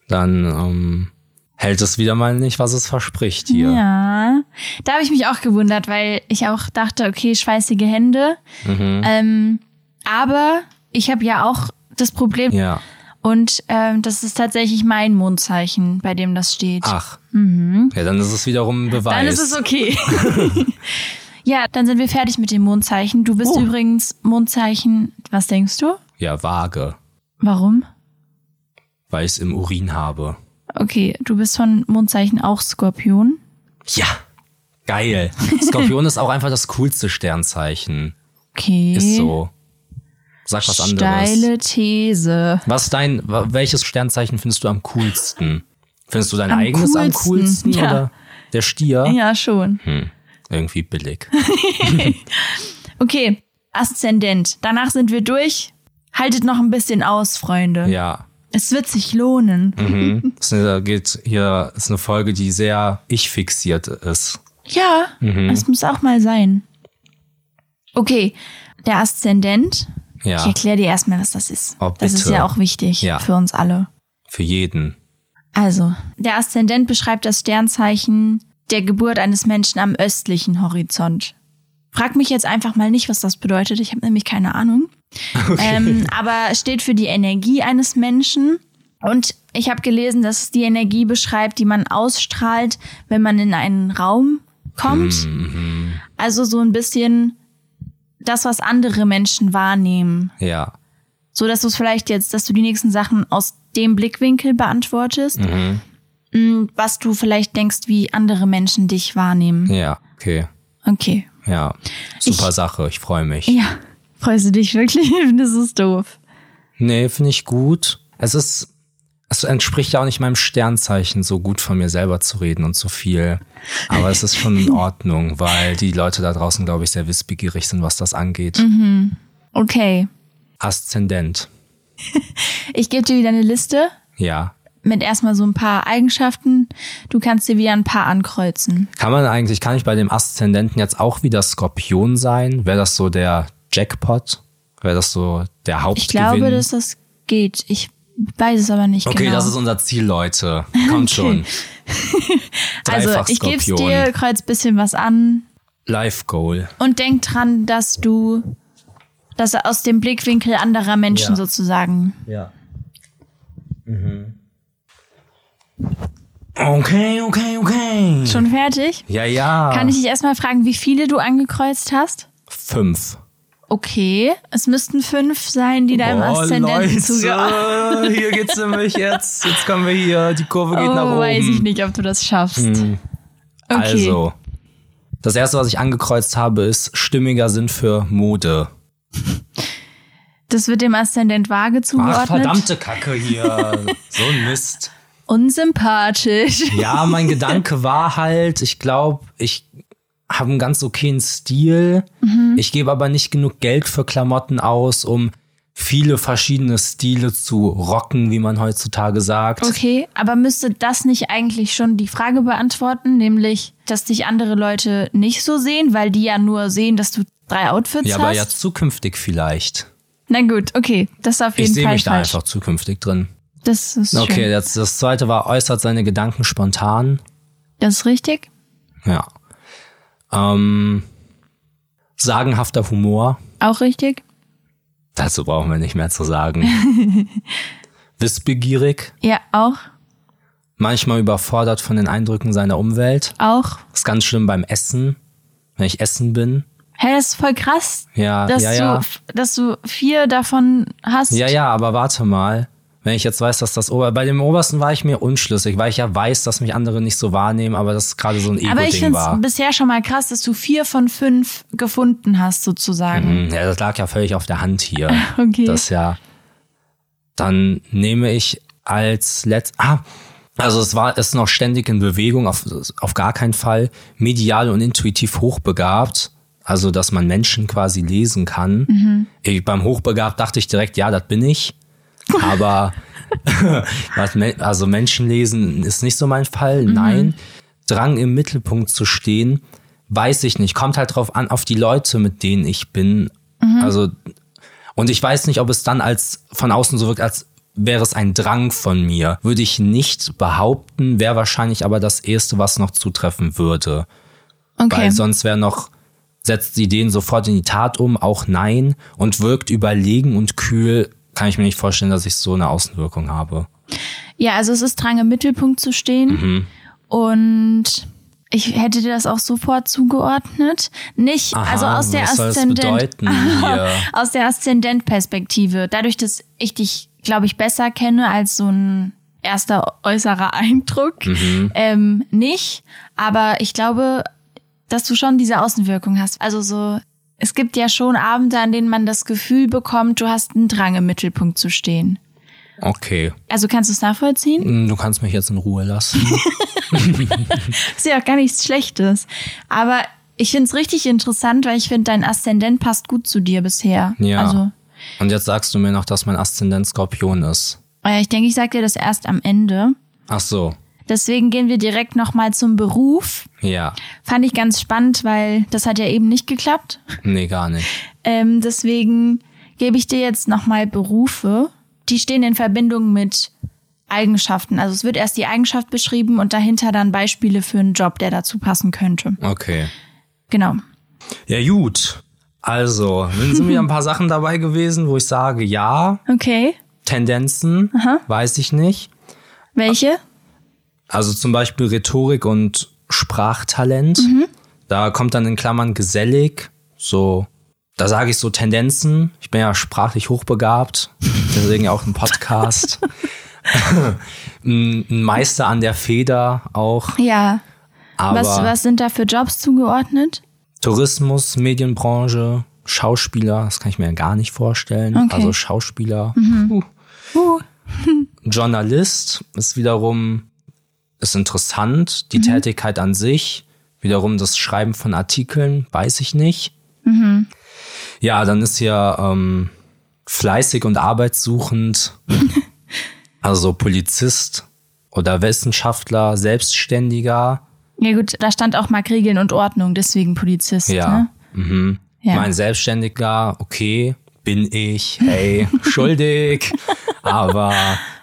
[SPEAKER 1] Dann ähm, hält es wieder mal nicht, was es verspricht hier.
[SPEAKER 2] Ja, da habe ich mich auch gewundert, weil ich auch dachte, okay, schweißige Hände.
[SPEAKER 1] Mhm.
[SPEAKER 2] Ähm, aber ich habe ja auch das Problem
[SPEAKER 1] Ja.
[SPEAKER 2] und ähm, das ist tatsächlich mein Mondzeichen, bei dem das steht. Mhm.
[SPEAKER 1] Ach. Ja, dann ist es wiederum ein Beweis.
[SPEAKER 2] Dann ist es okay. (laughs) ja, dann sind wir fertig mit dem Mondzeichen. Du bist übrigens Mondzeichen, was denkst du?
[SPEAKER 1] ja, vage,
[SPEAKER 2] Warum?
[SPEAKER 1] weil ich es im Urin habe.
[SPEAKER 2] Okay, du bist von Mondzeichen auch Skorpion.
[SPEAKER 1] Ja. Geil. Skorpion ist auch einfach das coolste Sternzeichen.
[SPEAKER 2] Okay.
[SPEAKER 1] Ist so. Sag was anderes.
[SPEAKER 2] Steile These.
[SPEAKER 1] Was dein, wa- welches Sternzeichen findest du am coolsten? Findest du dein
[SPEAKER 2] Am
[SPEAKER 1] eigenes am
[SPEAKER 2] coolsten,
[SPEAKER 1] coolsten
[SPEAKER 2] ja.
[SPEAKER 1] oder der Stier?
[SPEAKER 2] Ja, schon.
[SPEAKER 1] Hm, irgendwie
[SPEAKER 2] (laughs)
[SPEAKER 1] billig.
[SPEAKER 2] Okay, Aszendent. Danach sind wir durch. Haltet noch ein bisschen aus, Freunde.
[SPEAKER 1] Ja.
[SPEAKER 2] Es wird sich lohnen.
[SPEAKER 1] Mhm. Das ist eine, da geht hier ist eine Folge, die sehr ich fixiert ist.
[SPEAKER 2] Ja,
[SPEAKER 1] Mhm.
[SPEAKER 2] es muss auch mal sein. Okay, der Aszendent. Ich
[SPEAKER 1] Ja,
[SPEAKER 2] erkläre dir erstmal, was das ist.
[SPEAKER 1] Oh,
[SPEAKER 2] das ist
[SPEAKER 1] bitte.
[SPEAKER 2] ja auch wichtig
[SPEAKER 1] Ja.
[SPEAKER 2] für uns alle.
[SPEAKER 1] für jeden.
[SPEAKER 2] Also, der Aszendent beschreibt das Sternzeichen der Geburt eines Menschen am östlichen Horizont. Frag mich jetzt einfach mal nicht, was das bedeutet. Ich habe nämlich
[SPEAKER 1] (laughs)
[SPEAKER 2] keine Ahnung. Ähm, aber steht für die Energie eines Menschen. Und ich habe gelesen, dass es die Energie beschreibt, die man ausstrahlt, wenn man in einen Raum kommt.
[SPEAKER 1] Hm. Mhm,
[SPEAKER 2] Also so ein bisschen das, was andere Menschen wahrnehmen
[SPEAKER 1] Ja.
[SPEAKER 2] so dass du es vielleicht jetzt, dass du die nächsten Sachen aus dem Blickwinkel beantwortest, Mm, was du vielleicht denkst, wie andere Menschen dich wahrnehmen.
[SPEAKER 1] Ja, okay.
[SPEAKER 2] Okay.
[SPEAKER 1] Ja. Super Sache, ich freue mich.
[SPEAKER 2] Ja, freust du dich wirklich? (laughs) das ist doof.
[SPEAKER 1] Nee, finde ich gut. Es ist, es entspricht ja auch nicht meinem Sternzeichen, so gut von mir selber zu reden und so viel. Aber es ist schon in Ordnung, weil die Leute da draußen, glaube ich, sehr wissbegierig sind, was das angeht.
[SPEAKER 2] Okay.
[SPEAKER 1] Aszendent.
[SPEAKER 2] Ich gebe dir wieder eine Liste
[SPEAKER 1] Ja.
[SPEAKER 2] mit erstmal so ein paar Eigenschaften. Du kannst dir wieder ein paar ankreuzen.
[SPEAKER 1] Kann man eigentlich, kann ich bei dem Aszendenten jetzt auch wieder Skorpion sein? Wäre das so der Jackpot? Wäre das so der Hauptgewinn?
[SPEAKER 2] Ich glaube, dass das geht. Ich weiß es aber nicht
[SPEAKER 1] Okay,
[SPEAKER 2] genau.
[SPEAKER 1] das ist unser Ziel,
[SPEAKER 2] (laughs)
[SPEAKER 1] Leute. Kommt schon.
[SPEAKER 2] also, ich gebe
[SPEAKER 1] Dreifach-Skorpion.
[SPEAKER 2] dir, kreuz bisschen was an.
[SPEAKER 1] Life Goal.
[SPEAKER 2] Und denk dran, dass du dass er aus dem Blickwinkel anderer Menschen
[SPEAKER 1] Ja.
[SPEAKER 2] sozusagen.
[SPEAKER 1] Ja. Mhm. Okay, okay, okay.
[SPEAKER 2] Schon fertig?
[SPEAKER 1] Ja, ja.
[SPEAKER 2] Kann ich dich erstmal fragen, wie viele du angekreuzt hast?
[SPEAKER 1] Fünf.
[SPEAKER 2] Okay, es müssten fünf sein, die deinem Aszendenten zugeordnet
[SPEAKER 1] Oh, hier geht's nämlich jetzt. Jetzt kommen wir hier, die Kurve geht nach oben.
[SPEAKER 2] Oh,
[SPEAKER 1] Hm.
[SPEAKER 2] weiß ich nicht, ob du das schaffst. Okay.
[SPEAKER 1] Also, das erste, was ich angekreuzt habe, ist stimmiger Sinn für Mode.
[SPEAKER 2] Das wird dem Aszendent Waage zugeordnet.
[SPEAKER 1] Ach, verdammte Kacke
[SPEAKER 2] (laughs)
[SPEAKER 1] hier. so ein Mist. (laughs)
[SPEAKER 2] Unsympathisch.
[SPEAKER 1] Ja, mein Gedanke war halt, ich glaube, ich habe einen ganz okayen Stil.
[SPEAKER 2] Mhm.
[SPEAKER 1] Ich gebe aber nicht genug Geld für Klamotten aus, um viele verschiedene Stile zu rocken, wie man heutzutage sagt.
[SPEAKER 2] Okay, aber müsste das nicht eigentlich schon die Frage beantworten, nämlich, dass dich andere Leute nicht so sehen, weil die ja nur sehen, dass du drei Outfits
[SPEAKER 1] Ja,
[SPEAKER 2] hast?
[SPEAKER 1] aber ja zukünftig vielleicht.
[SPEAKER 2] Na gut, okay. Das ist auf jeden
[SPEAKER 1] Ich sehe
[SPEAKER 2] Fall
[SPEAKER 1] mich da
[SPEAKER 2] falsch.
[SPEAKER 1] einfach zukünftig drin.
[SPEAKER 2] Das ist
[SPEAKER 1] Okay,
[SPEAKER 2] schön.
[SPEAKER 1] das, das zweite war, äußert seine Gedanken spontan.
[SPEAKER 2] Das ist richtig.
[SPEAKER 1] Ja. Ähm, Sagenhafter Humor.
[SPEAKER 3] Auch richtig?
[SPEAKER 1] Dazu brauchen wir nicht mehr zu
[SPEAKER 2] (laughs)
[SPEAKER 1] sagen. Wissbegierig.
[SPEAKER 3] Ja, auch.
[SPEAKER 1] Manchmal überfordert von den Eindrücken seiner Umwelt.
[SPEAKER 3] Auch.
[SPEAKER 1] Ist ganz schlimm beim Essen, wenn ich essen bin.
[SPEAKER 2] Hä, das ist voll krass,
[SPEAKER 1] Ja,
[SPEAKER 2] dass,
[SPEAKER 1] ja, ja.
[SPEAKER 2] Du, dass du vier davon hast.
[SPEAKER 1] Ja, ja, aber warte mal. Wenn ich jetzt weiß, dass das Ober... Bei dem Obersten war ich mir unschlüssig, weil ich ja weiß, dass mich andere nicht so wahrnehmen, aber das gerade so ein
[SPEAKER 2] Aber ich
[SPEAKER 1] Ego-Ding
[SPEAKER 2] finde
[SPEAKER 1] war.
[SPEAKER 2] es bisher schon mal krass, dass du vier von fünf gefunden hast, sozusagen.
[SPEAKER 1] Hm, Ja, das lag ja völlig auf der Hand hier.
[SPEAKER 2] (laughs) Okay.
[SPEAKER 1] Das ja. Dann nehme ich als letzt. Ah, also es war ist noch ständig in Bewegung, auf, auf gar keinen Fall. Medial und intuitiv hochbegabt. Also, dass man Menschen quasi lesen kann. Ich, beim Hochbegabt dachte ich direkt, ja, das bin ich. Aber (laughs) was Men- also Menschen lesen ist nicht so mein Fall. Nein. Drang im Mittelpunkt zu stehen, weiß ich nicht. Kommt halt drauf an, auf die Leute, mit denen ich bin. Also und ich weiß nicht, ob es dann als von außen so wirkt, als wäre es ein Drang von mir. Würde ich nicht behaupten, wäre wahrscheinlich aber das Erste, was noch zutreffen würde.
[SPEAKER 3] Okay.
[SPEAKER 1] Weil sonst wäre noch, setzt die Ideen sofort in die Tat um, auch nein, und wirkt überlegen und kühl. Kann ich mir nicht vorstellen, dass ich so eine Außenwirkung habe.
[SPEAKER 2] Ja, also es ist Drang im Mittelpunkt zu stehen.
[SPEAKER 1] Mhm.
[SPEAKER 2] Und ich hätte dir das auch sofort zugeordnet. Nicht,
[SPEAKER 1] Aha,
[SPEAKER 2] also aus der
[SPEAKER 1] was soll das
[SPEAKER 2] Aszendent.
[SPEAKER 1] bedeuten hier?
[SPEAKER 2] (laughs) aus der Aszendent-Perspektive. Dadurch, dass ich dich, glaube ich, besser kenne als so ein erster äußerer Eindruck.
[SPEAKER 1] Mhm.
[SPEAKER 2] Ähm, nicht. Aber ich glaube, dass du schon diese Außenwirkung hast. Also so. Es gibt ja schon Abende, an denen man das Gefühl bekommt, du hast einen Drang im Mittelpunkt zu stehen.
[SPEAKER 1] Okay, Hm,
[SPEAKER 2] Also kannst du es nachvollziehen?
[SPEAKER 1] du kannst mich jetzt in Ruhe lassen.
[SPEAKER 2] ist ja auch gar nichts Schlechtes. Aber ich finde es richtig interessant, weil ich finde, dein Aszendent passt gut zu dir bisher.
[SPEAKER 1] Ja.
[SPEAKER 2] Also,
[SPEAKER 1] Und jetzt sagst du mir noch, dass mein Aszendent Skorpion ist.
[SPEAKER 2] äh, ich denke, ich sage dir das erst am Ende.
[SPEAKER 1] Ach so,
[SPEAKER 2] Deswegen gehen wir direkt nochmal zum Beruf.
[SPEAKER 1] ja.
[SPEAKER 2] Fand ich ganz spannend, weil das hat ja eben nicht geklappt.
[SPEAKER 1] Nee, gar nicht.
[SPEAKER 2] Ähm, deswegen gebe ich dir jetzt nochmal Berufe. Die stehen in Verbindung mit Eigenschaften. Also es wird erst die Eigenschaft beschrieben und dahinter dann Beispiele für einen Job, der dazu passen könnte.
[SPEAKER 1] Okay.
[SPEAKER 2] Genau.
[SPEAKER 1] Ja, gut. Also, dann sind wieder ein paar Sachen dabei gewesen, wo ich sage, ja,
[SPEAKER 2] Okay.
[SPEAKER 1] Tendenzen, weiß ich nicht.
[SPEAKER 2] Welche?
[SPEAKER 1] Also zum Beispiel Rhetorik und Sprachtalent.
[SPEAKER 2] Mhm.
[SPEAKER 1] Da kommt dann in Klammern gesellig, so, da sage ich so Tendenzen. Ich bin ja sprachlich hochbegabt, (laughs) deswegen ja auch ein Podcast. (laughs) ein ein Meister an der Feder auch.
[SPEAKER 2] Ja.
[SPEAKER 1] Aber
[SPEAKER 2] Was, was sind da für Jobs zugeordnet?
[SPEAKER 1] Tourismus, Medienbranche, Schauspieler, das kann ich mir ja gar nicht vorstellen.
[SPEAKER 2] Okay.
[SPEAKER 1] Also Schauspieler. Puh. (laughs) Journalist ist wiederum, ist interessant, die Tätigkeit an sich, wiederum das Schreiben von Artikeln, weiß ich nicht. Ja, dann ist hier ähm, fleißig und arbeitssuchend, also Polizist oder Wissenschaftler, Selbstständiger.
[SPEAKER 2] Ja gut, da stand auch mal Regeln und Ordnung, deswegen Polizist.
[SPEAKER 1] Ja.
[SPEAKER 2] Ne?
[SPEAKER 1] Mhm.
[SPEAKER 2] Ja.
[SPEAKER 1] Mein Selbstständiger, okay, bin ich,
[SPEAKER 2] (laughs)
[SPEAKER 1] hey, schuldig, aber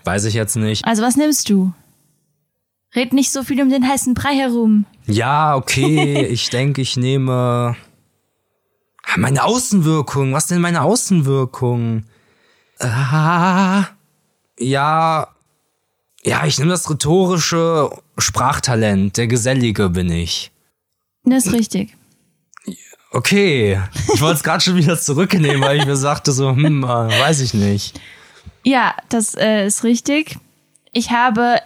[SPEAKER 1] weiß ich jetzt nicht.
[SPEAKER 2] Also was nimmst du? Red nicht so viel um den heißen Brei herum.
[SPEAKER 1] Ja,
[SPEAKER 2] (laughs)
[SPEAKER 1] okay, ich denke, ich nehme Ah, meine Außenwirkung. Was denn meine Außenwirkung? Äh, Ah, ja, ja, ich nehme das rhetorische Sprachtalent. Der Gesellige bin ich.
[SPEAKER 2] Das ist richtig.
[SPEAKER 1] Okay, ich wollte es gerade schon wieder zurücknehmen, weil ich mir sagte so, hm, äh, weiß ich nicht.
[SPEAKER 2] Ja, das äh, ist richtig. Ich habe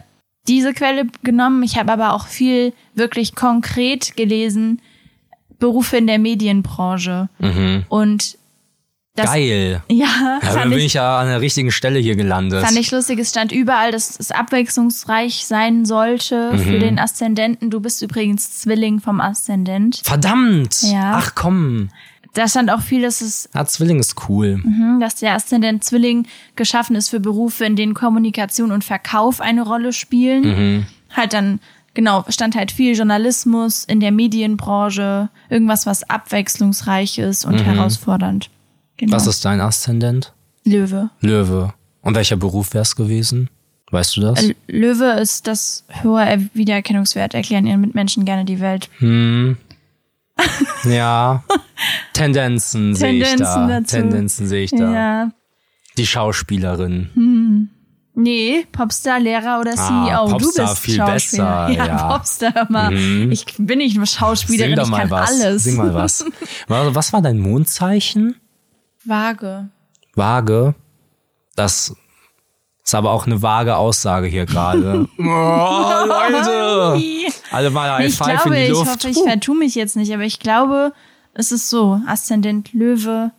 [SPEAKER 2] diese Quelle genommen, ich habe aber auch viel wirklich konkret gelesen, Berufe in der Medienbranche. Und das,
[SPEAKER 1] Geil.
[SPEAKER 2] ja,
[SPEAKER 1] Mhm. Ja, dann
[SPEAKER 2] fand
[SPEAKER 1] bin
[SPEAKER 2] ich
[SPEAKER 1] ich ja an der richtigen Stelle hier gelandet.
[SPEAKER 2] Fand ich lustig, es stand überall, dass es abwechslungsreich sein sollte
[SPEAKER 1] Mhm.
[SPEAKER 2] für den Aszendenten. Du bist übrigens Zwilling vom Aszendent.
[SPEAKER 1] Verdammt!
[SPEAKER 2] Ja.
[SPEAKER 1] Ach komm,
[SPEAKER 2] Da stand auch viel, dass es,
[SPEAKER 1] ja, Zwilling ist cool.
[SPEAKER 2] hm, dass der Aszendent Zwilling geschaffen ist für Berufe, in denen Kommunikation und Verkauf eine Rolle spielen.
[SPEAKER 1] Mhm.
[SPEAKER 2] Halt dann, genau, stand halt viel Journalismus in der Medienbranche, irgendwas, was abwechslungsreich ist und herausfordernd.
[SPEAKER 1] Mhm.
[SPEAKER 2] Genau.
[SPEAKER 1] Was ist dein Aszendent?
[SPEAKER 2] Löwe.
[SPEAKER 1] Löwe. Und welcher Beruf wär's gewesen? Weißt du das?
[SPEAKER 2] L- Löwe ist das hohe Wiedererkennungswert, erklären ihren Mitmenschen gerne die Welt.
[SPEAKER 1] hm. (laughs) Ja. Tendenzen sehe ich da.
[SPEAKER 2] Tendenzen dazu.
[SPEAKER 1] Tendenzen sehe ich da.
[SPEAKER 2] Ja. Hm,
[SPEAKER 1] Die Schauspielerin.
[SPEAKER 2] Nee, Popstar, Lehrer oder
[SPEAKER 1] Ah,
[SPEAKER 2] CEO. du
[SPEAKER 1] Popstar
[SPEAKER 2] bist
[SPEAKER 1] viel
[SPEAKER 2] Schauspieler.
[SPEAKER 1] besser,
[SPEAKER 2] (laughs)
[SPEAKER 1] ja. Mhm.
[SPEAKER 2] Popstar hör mal. Ich bin nicht nur Schauspielerin,
[SPEAKER 1] Sing doch
[SPEAKER 2] ich
[SPEAKER 1] mal
[SPEAKER 2] kann
[SPEAKER 1] was.
[SPEAKER 2] alles.
[SPEAKER 1] Sing mal (laughs)
[SPEAKER 2] (laughs)
[SPEAKER 1] was. Wa- Was war dein Mondzeichen?
[SPEAKER 2] Waage.
[SPEAKER 1] Waage. Das ist aber auch eine vage Aussage hier
[SPEAKER 2] (laughs)
[SPEAKER 1] gerade. oh, Leute! Alle mal High
[SPEAKER 2] ich
[SPEAKER 1] Five
[SPEAKER 2] glaube,
[SPEAKER 1] in die
[SPEAKER 2] ich
[SPEAKER 1] Luft.
[SPEAKER 2] hoffe, ich
[SPEAKER 1] Uh.
[SPEAKER 2] vertue mich jetzt nicht, aber ich glaube, es ist so. Aszendent Löwe,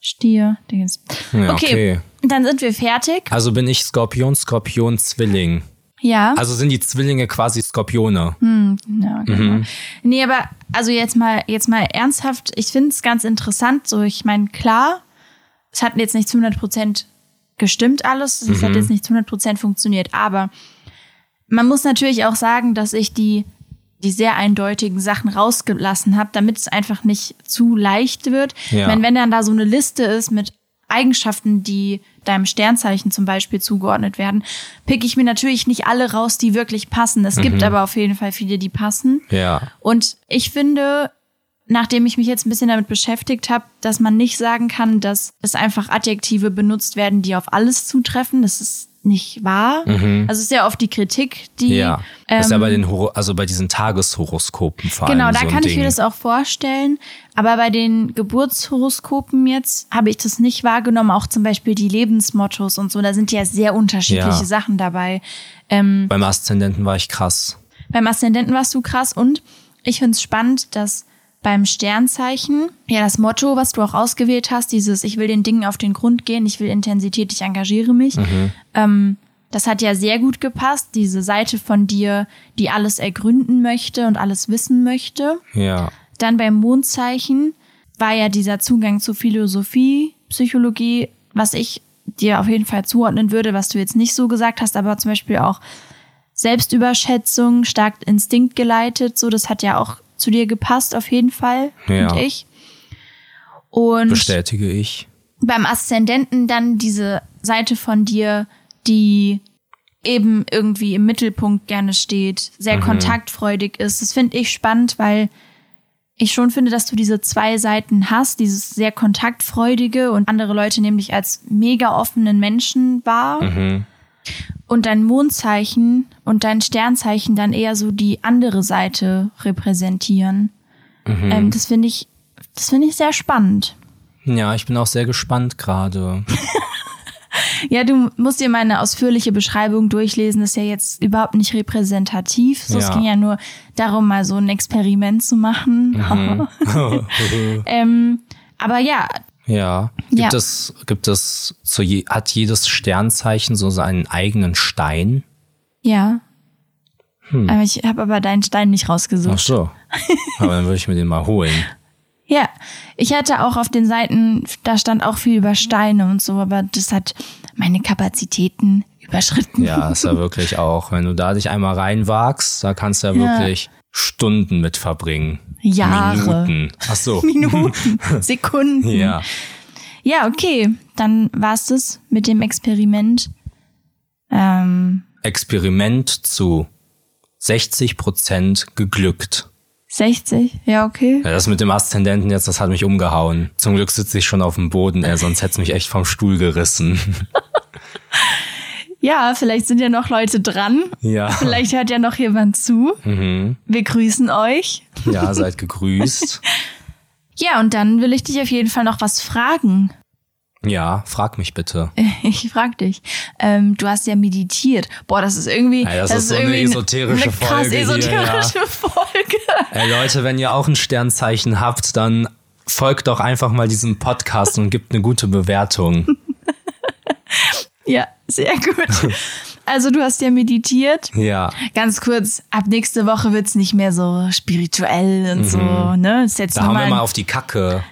[SPEAKER 2] Stier, Dingens.
[SPEAKER 1] Ja, okay.
[SPEAKER 2] okay, dann sind wir fertig.
[SPEAKER 1] Also bin ich Skorpion, Skorpion, Zwilling.
[SPEAKER 2] Ja.
[SPEAKER 1] Also mhm. sind die Zwillinge quasi Skorpione.
[SPEAKER 2] Hm. Ja, genau. Nee, aber also jetzt mal, jetzt mal ernsthaft, ich finde es ganz interessant. So, ich meine, klar, es hat jetzt nicht zu 100 Prozent gestimmt alles, es hat jetzt nicht zu 100 Prozent funktioniert, aber man muss natürlich auch sagen, dass ich die, die sehr eindeutigen Sachen rausgelassen habe, damit es einfach nicht zu leicht wird.
[SPEAKER 1] Ja.
[SPEAKER 2] Ich meine, wenn dann da so eine Liste ist mit Eigenschaften, die deinem Sternzeichen zum Beispiel zugeordnet werden, pick ich mir natürlich nicht alle raus, die wirklich passen. Es gibt aber auf jeden Fall viele, die passen.
[SPEAKER 1] Ja.
[SPEAKER 2] Und ich finde, nachdem ich mich jetzt ein bisschen damit beschäftigt habe, dass man nicht sagen kann, dass es einfach Adjektive benutzt werden, die auf alles zutreffen. Das ist nicht wahr. Also es ist ja oft die Kritik, die.
[SPEAKER 1] Mhm. Ja. das ist ja bei den Horo also bei diesen Tageshoroskopen vor
[SPEAKER 2] Ähm. Genau,
[SPEAKER 1] allem
[SPEAKER 2] da
[SPEAKER 1] so ein
[SPEAKER 2] kann
[SPEAKER 1] Ding.
[SPEAKER 2] ich mir das auch vorstellen. Aber bei den Geburtshoroskopen jetzt habe ich das nicht wahrgenommen. Auch zum Beispiel die Lebensmottos und so. Da sind ja sehr unterschiedliche
[SPEAKER 1] Ja.
[SPEAKER 2] Sachen dabei.
[SPEAKER 1] Beim Aszendenten war ich krass.
[SPEAKER 2] Beim Aszendenten warst du krass und ich find's spannend, dass beim Sternzeichen, ja, das Motto, was du auch ausgewählt hast, dieses Ich will den Dingen auf den Grund gehen, ich will Intensität, ich engagiere mich, ähm, das hat ja sehr gut gepasst, diese Seite von dir, die alles ergründen möchte und alles wissen möchte.
[SPEAKER 1] Ja.
[SPEAKER 2] Dann beim Mondzeichen war ja dieser Zugang zu Philosophie, Psychologie, was ich dir auf jeden Fall zuordnen würde, was du jetzt nicht so gesagt hast, aber zum Beispiel auch Selbstüberschätzung, stark Instinkt geleitet, so das hat ja auch zu dir gepasst auf jeden Fall
[SPEAKER 1] Ja.
[SPEAKER 2] und ich. Und
[SPEAKER 1] Bestätige ich.
[SPEAKER 2] beim Aszendenten dann diese Seite von dir, die eben irgendwie im Mittelpunkt gerne steht, sehr kontaktfreudig ist. Das finde ich spannend, weil ich schon finde, dass du diese zwei Seiten hast, dieses sehr kontaktfreudige und andere Leute nehmen dich als mega offenen Menschen wahr und dein Mondzeichen und dein Sternzeichen dann eher so die andere Seite repräsentieren. Ähm, das finde ich, das finde ich sehr spannend.
[SPEAKER 1] Ja, ich bin auch sehr gespannt gerade.
[SPEAKER 2] Ja, du musst dir meine ausführliche Beschreibung durchlesen. Das ist ja jetzt überhaupt nicht repräsentativ. So, Es
[SPEAKER 1] Ja.
[SPEAKER 2] ging ja nur darum, mal so ein Experiment zu machen.
[SPEAKER 1] Mhm.
[SPEAKER 2] (laughs)
[SPEAKER 1] (laughs)
[SPEAKER 2] ähm, aber ja,
[SPEAKER 1] Ja. Gibt
[SPEAKER 2] Ja.
[SPEAKER 1] es, gibt es zu je, hat jedes Sternzeichen so seinen eigenen Stein?
[SPEAKER 2] ja. Aber ich habe aber deinen Stein nicht rausgesucht.
[SPEAKER 1] Hm. Ach so.
[SPEAKER 2] (laughs)
[SPEAKER 1] Aber dann würde ich mir den mal holen.
[SPEAKER 2] Ja, ich hatte auch auf den Seiten, da stand auch viel über Steine und so, aber das hat meine Kapazitäten überschritten.
[SPEAKER 1] Ja, ist ja wirklich auch. Wenn du da dich einmal reinwagst, da kannst du ja,
[SPEAKER 2] Ja.
[SPEAKER 1] wirklich Stunden mit verbringen.
[SPEAKER 2] (laughs) Jahre.
[SPEAKER 1] Minuten. Ach so.
[SPEAKER 2] Minuten,
[SPEAKER 1] (laughs)
[SPEAKER 2] Sekunden.
[SPEAKER 1] Ja.
[SPEAKER 2] Ja, okay. Dann war's das mit dem Experiment. Ähm,
[SPEAKER 1] Experiment zu 60 Prozent geglückt.
[SPEAKER 2] 60? Ja, okay.
[SPEAKER 1] Ja, das mit dem Aszendenten jetzt, das hat mich umgehauen. Zum Glück sitze ich schon auf dem Boden, ey, sonst hätte es mich echt vom Stuhl gerissen. (laughs)
[SPEAKER 2] Ja, vielleicht sind ja noch Leute dran.
[SPEAKER 1] Ja. Mhm.
[SPEAKER 2] Vielleicht hört ja noch jemand zu. Wir grüßen euch.
[SPEAKER 1] Ja, seid gegrüßt.
[SPEAKER 2] Ja, und dann will ich dich auf jeden Fall noch was fragen. (laughs)
[SPEAKER 1] Ja, frag mich bitte.
[SPEAKER 2] Ich frag dich. Ähm, du hast ja meditiert. Boah, das ist irgendwie.
[SPEAKER 1] Ey, das ist so eine
[SPEAKER 2] irgendwie
[SPEAKER 1] esoterische
[SPEAKER 2] eine krass
[SPEAKER 1] Folge hier,
[SPEAKER 2] esoterische (laughs) Folge.
[SPEAKER 1] Ey Leute, wenn ihr auch ein Sternzeichen habt, dann folgt doch einfach mal diesem Podcast und gebt eine gute Bewertung.
[SPEAKER 2] Ja, sehr gut. Also du hast ja meditiert.
[SPEAKER 1] Ja.
[SPEAKER 2] Ganz kurz, ab nächste Woche wird's nicht mehr so spirituell und so, ne? Ist jetzt,
[SPEAKER 1] Mhm. Da
[SPEAKER 2] nur
[SPEAKER 1] haben wir
[SPEAKER 2] mal,
[SPEAKER 1] mal auf die Kacke.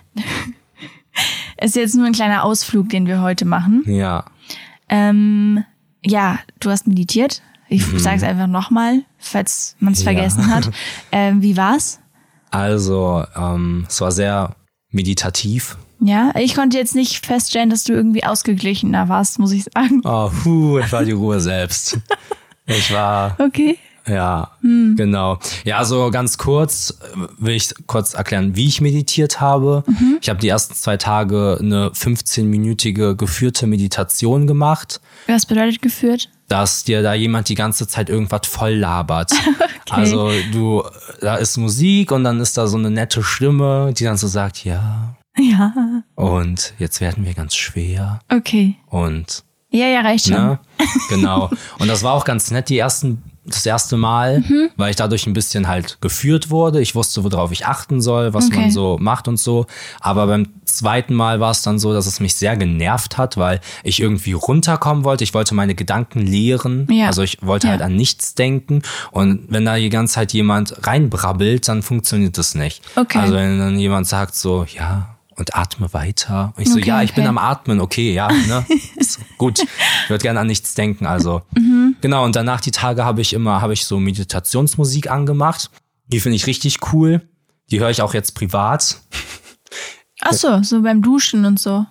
[SPEAKER 2] ist jetzt nur ein kleiner Ausflug, den wir heute machen.
[SPEAKER 1] Ja.
[SPEAKER 2] Ähm, ja, du hast meditiert. Ich sag's einfach nochmal, falls man es
[SPEAKER 1] Mhm. Ja. (laughs)
[SPEAKER 2] vergessen hat. Ähm, wie war's?
[SPEAKER 1] Also, ähm, es war sehr meditativ.
[SPEAKER 2] Ja, ich konnte jetzt nicht feststellen, dass du irgendwie
[SPEAKER 1] Ah,
[SPEAKER 2] ausgeglichener warst, muss ich sagen.
[SPEAKER 1] Oh, puh, ich war die Ruhe selbst. Ich war,
[SPEAKER 2] Okay.
[SPEAKER 1] Ja, genau. Ja, so ganz kurz äh, will ich kurz erklären, wie ich meditiert habe. Ich habe die ersten zwei Tage eine 15-minütige geführte Meditation gemacht,
[SPEAKER 2] Was bedeutet geführt? (laughs)
[SPEAKER 1] dass dir da jemand die ganze Zeit irgendwas voll labert. Also du, da ist Musik und dann ist da so eine nette Stimme, die dann so sagt, ja,
[SPEAKER 2] Ja.
[SPEAKER 1] und jetzt werden wir ganz schwer
[SPEAKER 2] Okay.
[SPEAKER 1] und
[SPEAKER 2] Ja, ja, reicht schon.
[SPEAKER 1] Ne? Genau. Und das war auch ganz nett, die ersten, das erste Mal,
[SPEAKER 2] Mhm.
[SPEAKER 1] weil ich dadurch ein bisschen halt geführt wurde. Ich wusste, worauf ich achten soll, was man
[SPEAKER 2] Okay.
[SPEAKER 1] so macht und so. Aber beim zweiten Mal war es dann so, dass es mich sehr genervt hat, weil ich irgendwie runterkommen wollte. Ich wollte meine Gedanken leeren.
[SPEAKER 2] Ja.
[SPEAKER 1] Also ich wollte
[SPEAKER 2] Ja.
[SPEAKER 1] halt an nichts denken. Und wenn da die ganze Zeit jemand reinbrabbelt, dann funktioniert das nicht.
[SPEAKER 2] Okay.
[SPEAKER 1] Also wenn dann jemand sagt so, ja, und atme weiter. Und ich so,
[SPEAKER 2] Okay,
[SPEAKER 1] ja, ich bin
[SPEAKER 2] okay.
[SPEAKER 1] am Atmen, okay, ja,
[SPEAKER 2] (laughs)
[SPEAKER 1] ne? Ist gut. Ich würde gerne an nichts denken, also.
[SPEAKER 2] Mhm.
[SPEAKER 1] Genau, und danach die Tage habe ich immer, habe ich so Meditationsmusik angemacht. Die finde ich richtig cool. Die höre ich auch jetzt privat,
[SPEAKER 2] Ach so, so beim Duschen und so.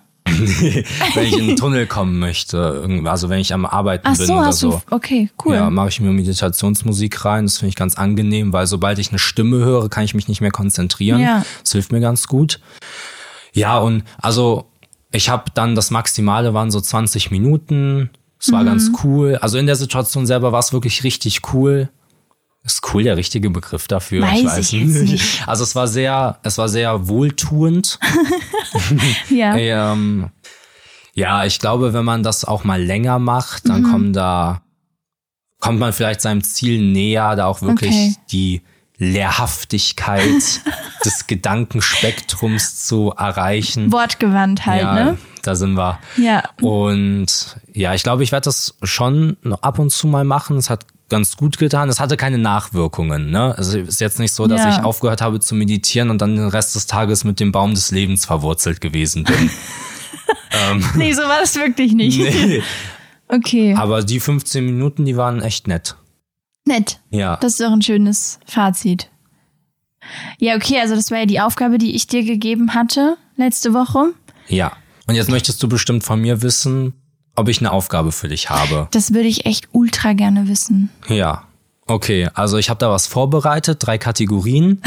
[SPEAKER 1] wenn ich in
[SPEAKER 2] (laughs)
[SPEAKER 1] den Tunnel kommen möchte. irgend- Also wenn ich am Arbeiten
[SPEAKER 2] Ach
[SPEAKER 1] bin
[SPEAKER 2] so,
[SPEAKER 1] oder
[SPEAKER 2] hast
[SPEAKER 1] so.
[SPEAKER 2] du. Okay, cool.
[SPEAKER 1] Ja, mache ich mir Meditationsmusik rein. Das finde ich ganz angenehm, weil sobald ich eine Stimme höre, kann ich mich nicht mehr konzentrieren.
[SPEAKER 2] Ja.
[SPEAKER 1] Das hilft mir ganz gut. Ja, und also ich habe dann das Maximale waren so 20 Minuten. Es
[SPEAKER 2] Mhm.
[SPEAKER 1] war ganz cool. Also in der Situation selber war es wirklich richtig cool. Ist cool der richtige Begriff dafür.
[SPEAKER 2] Weiß ich jetzt
[SPEAKER 1] Also es war sehr, es war sehr wohltuend.
[SPEAKER 2] Ja.
[SPEAKER 1] Ähm, ja, ich glaube, wenn man das auch mal länger macht, dann
[SPEAKER 2] Mhm.
[SPEAKER 1] kommen da, kommt man vielleicht seinem Ziel näher, da auch wirklich
[SPEAKER 2] Okay.
[SPEAKER 1] die
[SPEAKER 2] (laughs)
[SPEAKER 1] Lehrhaftigkeit des Gedankenspektrums zu erreichen.
[SPEAKER 2] Wortgewandt halt,
[SPEAKER 1] ja,
[SPEAKER 2] ne?
[SPEAKER 1] da sind wir.
[SPEAKER 2] Ja.
[SPEAKER 1] Und ja, ich glaube, ich werde das schon noch ab und zu mal machen. Es hat ganz gut getan. Es hatte keine Nachwirkungen. Ne? Also es ist jetzt nicht so, dass
[SPEAKER 2] Ja.
[SPEAKER 1] ich aufgehört habe zu meditieren und dann den Rest des Tages mit dem Baum des Lebens verwurzelt gewesen bin.
[SPEAKER 2] (laughs) Nee, so war das wirklich nicht.
[SPEAKER 1] nee.
[SPEAKER 2] Okay.
[SPEAKER 1] Aber die 15 Minuten, die waren echt nett.
[SPEAKER 2] Nett.
[SPEAKER 1] Ja.
[SPEAKER 2] Das ist doch ein schönes Fazit. Ja, okay, also das war ja die Aufgabe, die ich dir gegeben hatte letzte Woche.
[SPEAKER 1] ja. Und jetzt möchtest du bestimmt von mir wissen, ob ich eine Aufgabe für dich habe.
[SPEAKER 2] Das würde ich echt ultra gerne wissen.
[SPEAKER 1] Ja. Okay, also ich habe da was vorbereitet, drei Kategorien.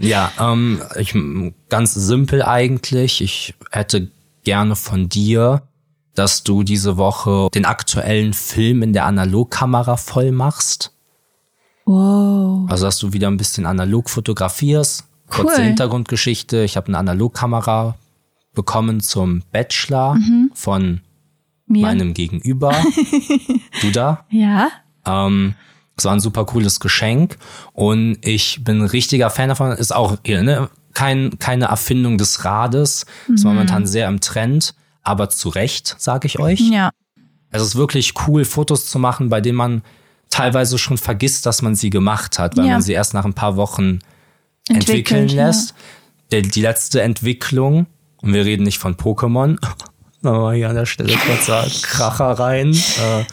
[SPEAKER 1] ja, ähm, ich, ganz simpel eigentlich. Ich hätte gerne von dir, dass du diese Woche den aktuellen Film in der Analogkamera voll machst.
[SPEAKER 2] Wow.
[SPEAKER 1] Also, dass du wieder ein bisschen analog fotografierst. Kurze
[SPEAKER 2] Cool.
[SPEAKER 1] Hintergrundgeschichte. Ich habe eine Analogkamera bekommen zum Bachelor von
[SPEAKER 2] Mir?
[SPEAKER 1] meinem Gegenüber. du da?
[SPEAKER 2] Ja?
[SPEAKER 1] Ähm, es war ein super cooles Geschenk und ich bin ein richtiger Fan davon. Ist auch hier, ne? Kein, keine Erfindung des Rades. Ist momentan sehr im Trend, aber zu Recht, sage ich euch.
[SPEAKER 2] Ja.
[SPEAKER 1] Also Es ist wirklich cool, Fotos zu machen, bei denen man teilweise schon vergisst, dass man sie gemacht hat, weil
[SPEAKER 2] Ja.
[SPEAKER 1] man sie erst nach ein paar Wochen entwickeln
[SPEAKER 2] Entwickelt, ja.
[SPEAKER 1] lässt. Der, die letzte Entwicklung, und wir reden nicht von Pokémon, (laughs) nochmal hier an der Stelle kurzer Kracher rein. Äh,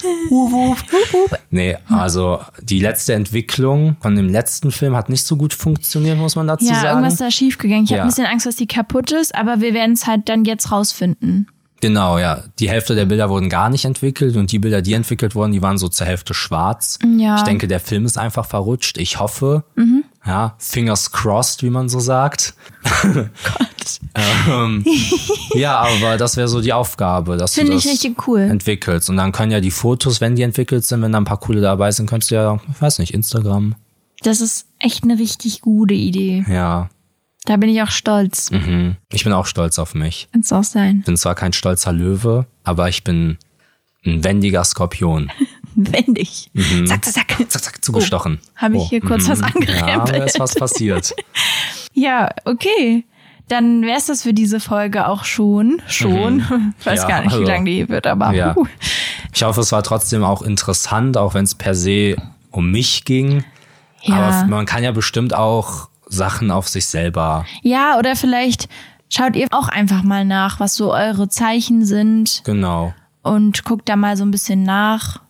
[SPEAKER 1] nee, also die letzte Entwicklung von dem letzten Film hat nicht so gut funktioniert, muss man dazu
[SPEAKER 2] Ja, irgendwas
[SPEAKER 1] sagen.
[SPEAKER 2] ist da schiefgegangen. Ich
[SPEAKER 1] Ja.
[SPEAKER 2] habe ein bisschen Angst, dass die kaputt ist, aber wir werden es halt dann jetzt rausfinden.
[SPEAKER 1] Genau, ja. Die Hälfte der Bilder wurden gar nicht entwickelt und die Bilder, die entwickelt wurden, die waren so zur Hälfte schwarz.
[SPEAKER 2] Ja. Mhm.
[SPEAKER 1] Ich denke, der Film ist einfach verrutscht. Ich hoffe. Ja, fingers crossed, wie man so sagt. ähm, ja, aber das wäre so die Aufgabe, dass
[SPEAKER 2] Finde
[SPEAKER 1] du
[SPEAKER 2] ich
[SPEAKER 1] das
[SPEAKER 2] richtig cool.
[SPEAKER 1] entwickelst. Und dann können ja die Fotos, wenn die entwickelt sind, wenn da ein paar coole dabei sind, könntest du ja, ich weiß nicht, Instagram.
[SPEAKER 2] Das ist echt eine richtig gute Idee.
[SPEAKER 1] Ja,
[SPEAKER 2] Da bin ich auch stolz.
[SPEAKER 1] mhm. ich bin auch stolz auf mich.
[SPEAKER 2] Kann's auch sein. (laughs)
[SPEAKER 1] Bin zwar kein stolzer Löwe, aber ich bin ein wendiger Skorpion.
[SPEAKER 2] Wendig.
[SPEAKER 1] Mhm.
[SPEAKER 2] Zack, zack, zack.
[SPEAKER 1] Zack, zack, zugestochen. Oh. Mhm.
[SPEAKER 2] Habe Oh, ich hier kurz was
[SPEAKER 1] Ja,
[SPEAKER 2] angerempelt.
[SPEAKER 1] da ist was
[SPEAKER 2] (laughs)
[SPEAKER 1] passiert.
[SPEAKER 2] Ja, okay. Dann wäre es das für diese Folge auch schon. Schon. (laughs) Weiß
[SPEAKER 1] Ja,
[SPEAKER 2] gar nicht, wie
[SPEAKER 1] also-
[SPEAKER 2] lange die wird, aber
[SPEAKER 1] Ja.
[SPEAKER 2] puh.
[SPEAKER 1] Ich hoffe, es war trotzdem auch interessant, auch wenn es per se um mich ging.
[SPEAKER 2] Ja.
[SPEAKER 1] Aber man kann ja bestimmt auch Sachen auf sich selber.
[SPEAKER 2] ja, oder vielleicht schaut ihr auch einfach mal nach, was so eure Zeichen sind
[SPEAKER 1] Genau.
[SPEAKER 2] und guckt da mal so ein bisschen nach.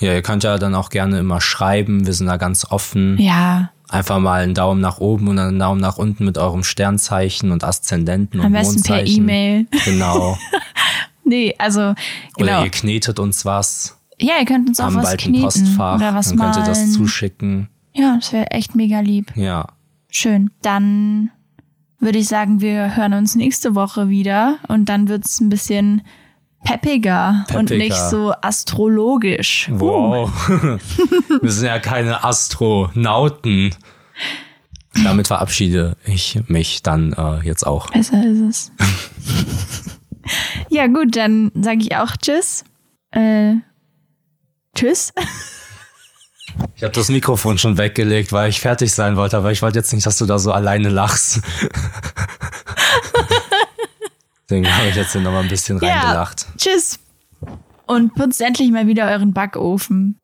[SPEAKER 1] Ja, ihr könnt ja dann auch gerne immer schreiben. Wir sind da ganz offen.
[SPEAKER 2] Ja,
[SPEAKER 1] Einfach mal einen Daumen nach oben und einen Daumen nach unten mit eurem Sternzeichen und Aszendenten
[SPEAKER 2] am
[SPEAKER 1] und
[SPEAKER 2] besten per
[SPEAKER 1] Mhm. Mondzeichen.
[SPEAKER 2] (laughs) E-Mail.
[SPEAKER 1] Genau.
[SPEAKER 2] Nee, also
[SPEAKER 1] Oder
[SPEAKER 2] genau.
[SPEAKER 1] ihr knetet uns was.
[SPEAKER 2] Ja, ihr könnt uns auch
[SPEAKER 1] haben
[SPEAKER 2] was
[SPEAKER 1] bald ein
[SPEAKER 2] kneten
[SPEAKER 1] Postfach.
[SPEAKER 2] oder was
[SPEAKER 1] dann könnt ihr
[SPEAKER 2] malen.
[SPEAKER 1] das zuschicken.
[SPEAKER 2] ja, das wäre echt mega lieb.
[SPEAKER 1] Ja.
[SPEAKER 2] Schön. Dann würde ich sagen, wir hören uns nächste Woche wieder und dann wird's ein bisschen peppiger, und
[SPEAKER 1] Peppiger.
[SPEAKER 2] nicht so astrologisch.
[SPEAKER 1] Wow. (laughs) Wir sind ja keine Astronauten. Damit verabschiede ich mich dann äh, jetzt auch.
[SPEAKER 2] Besser
[SPEAKER 1] (laughs)
[SPEAKER 2] ist es. ja, gut, dann sage ich auch Tschüss. Äh, tschüss. (laughs)
[SPEAKER 1] Ich habe das Mikrofon schon weggelegt, weil ich fertig sein wollte, aber ich wollte jetzt nicht, dass du da so alleine lachst. (laughs) Deswegen habe ich jetzt hier nochmal ein bisschen
[SPEAKER 2] Ja.
[SPEAKER 1] reingelacht.
[SPEAKER 2] Tschüss. Und putzt endlich mal wieder euren Backofen.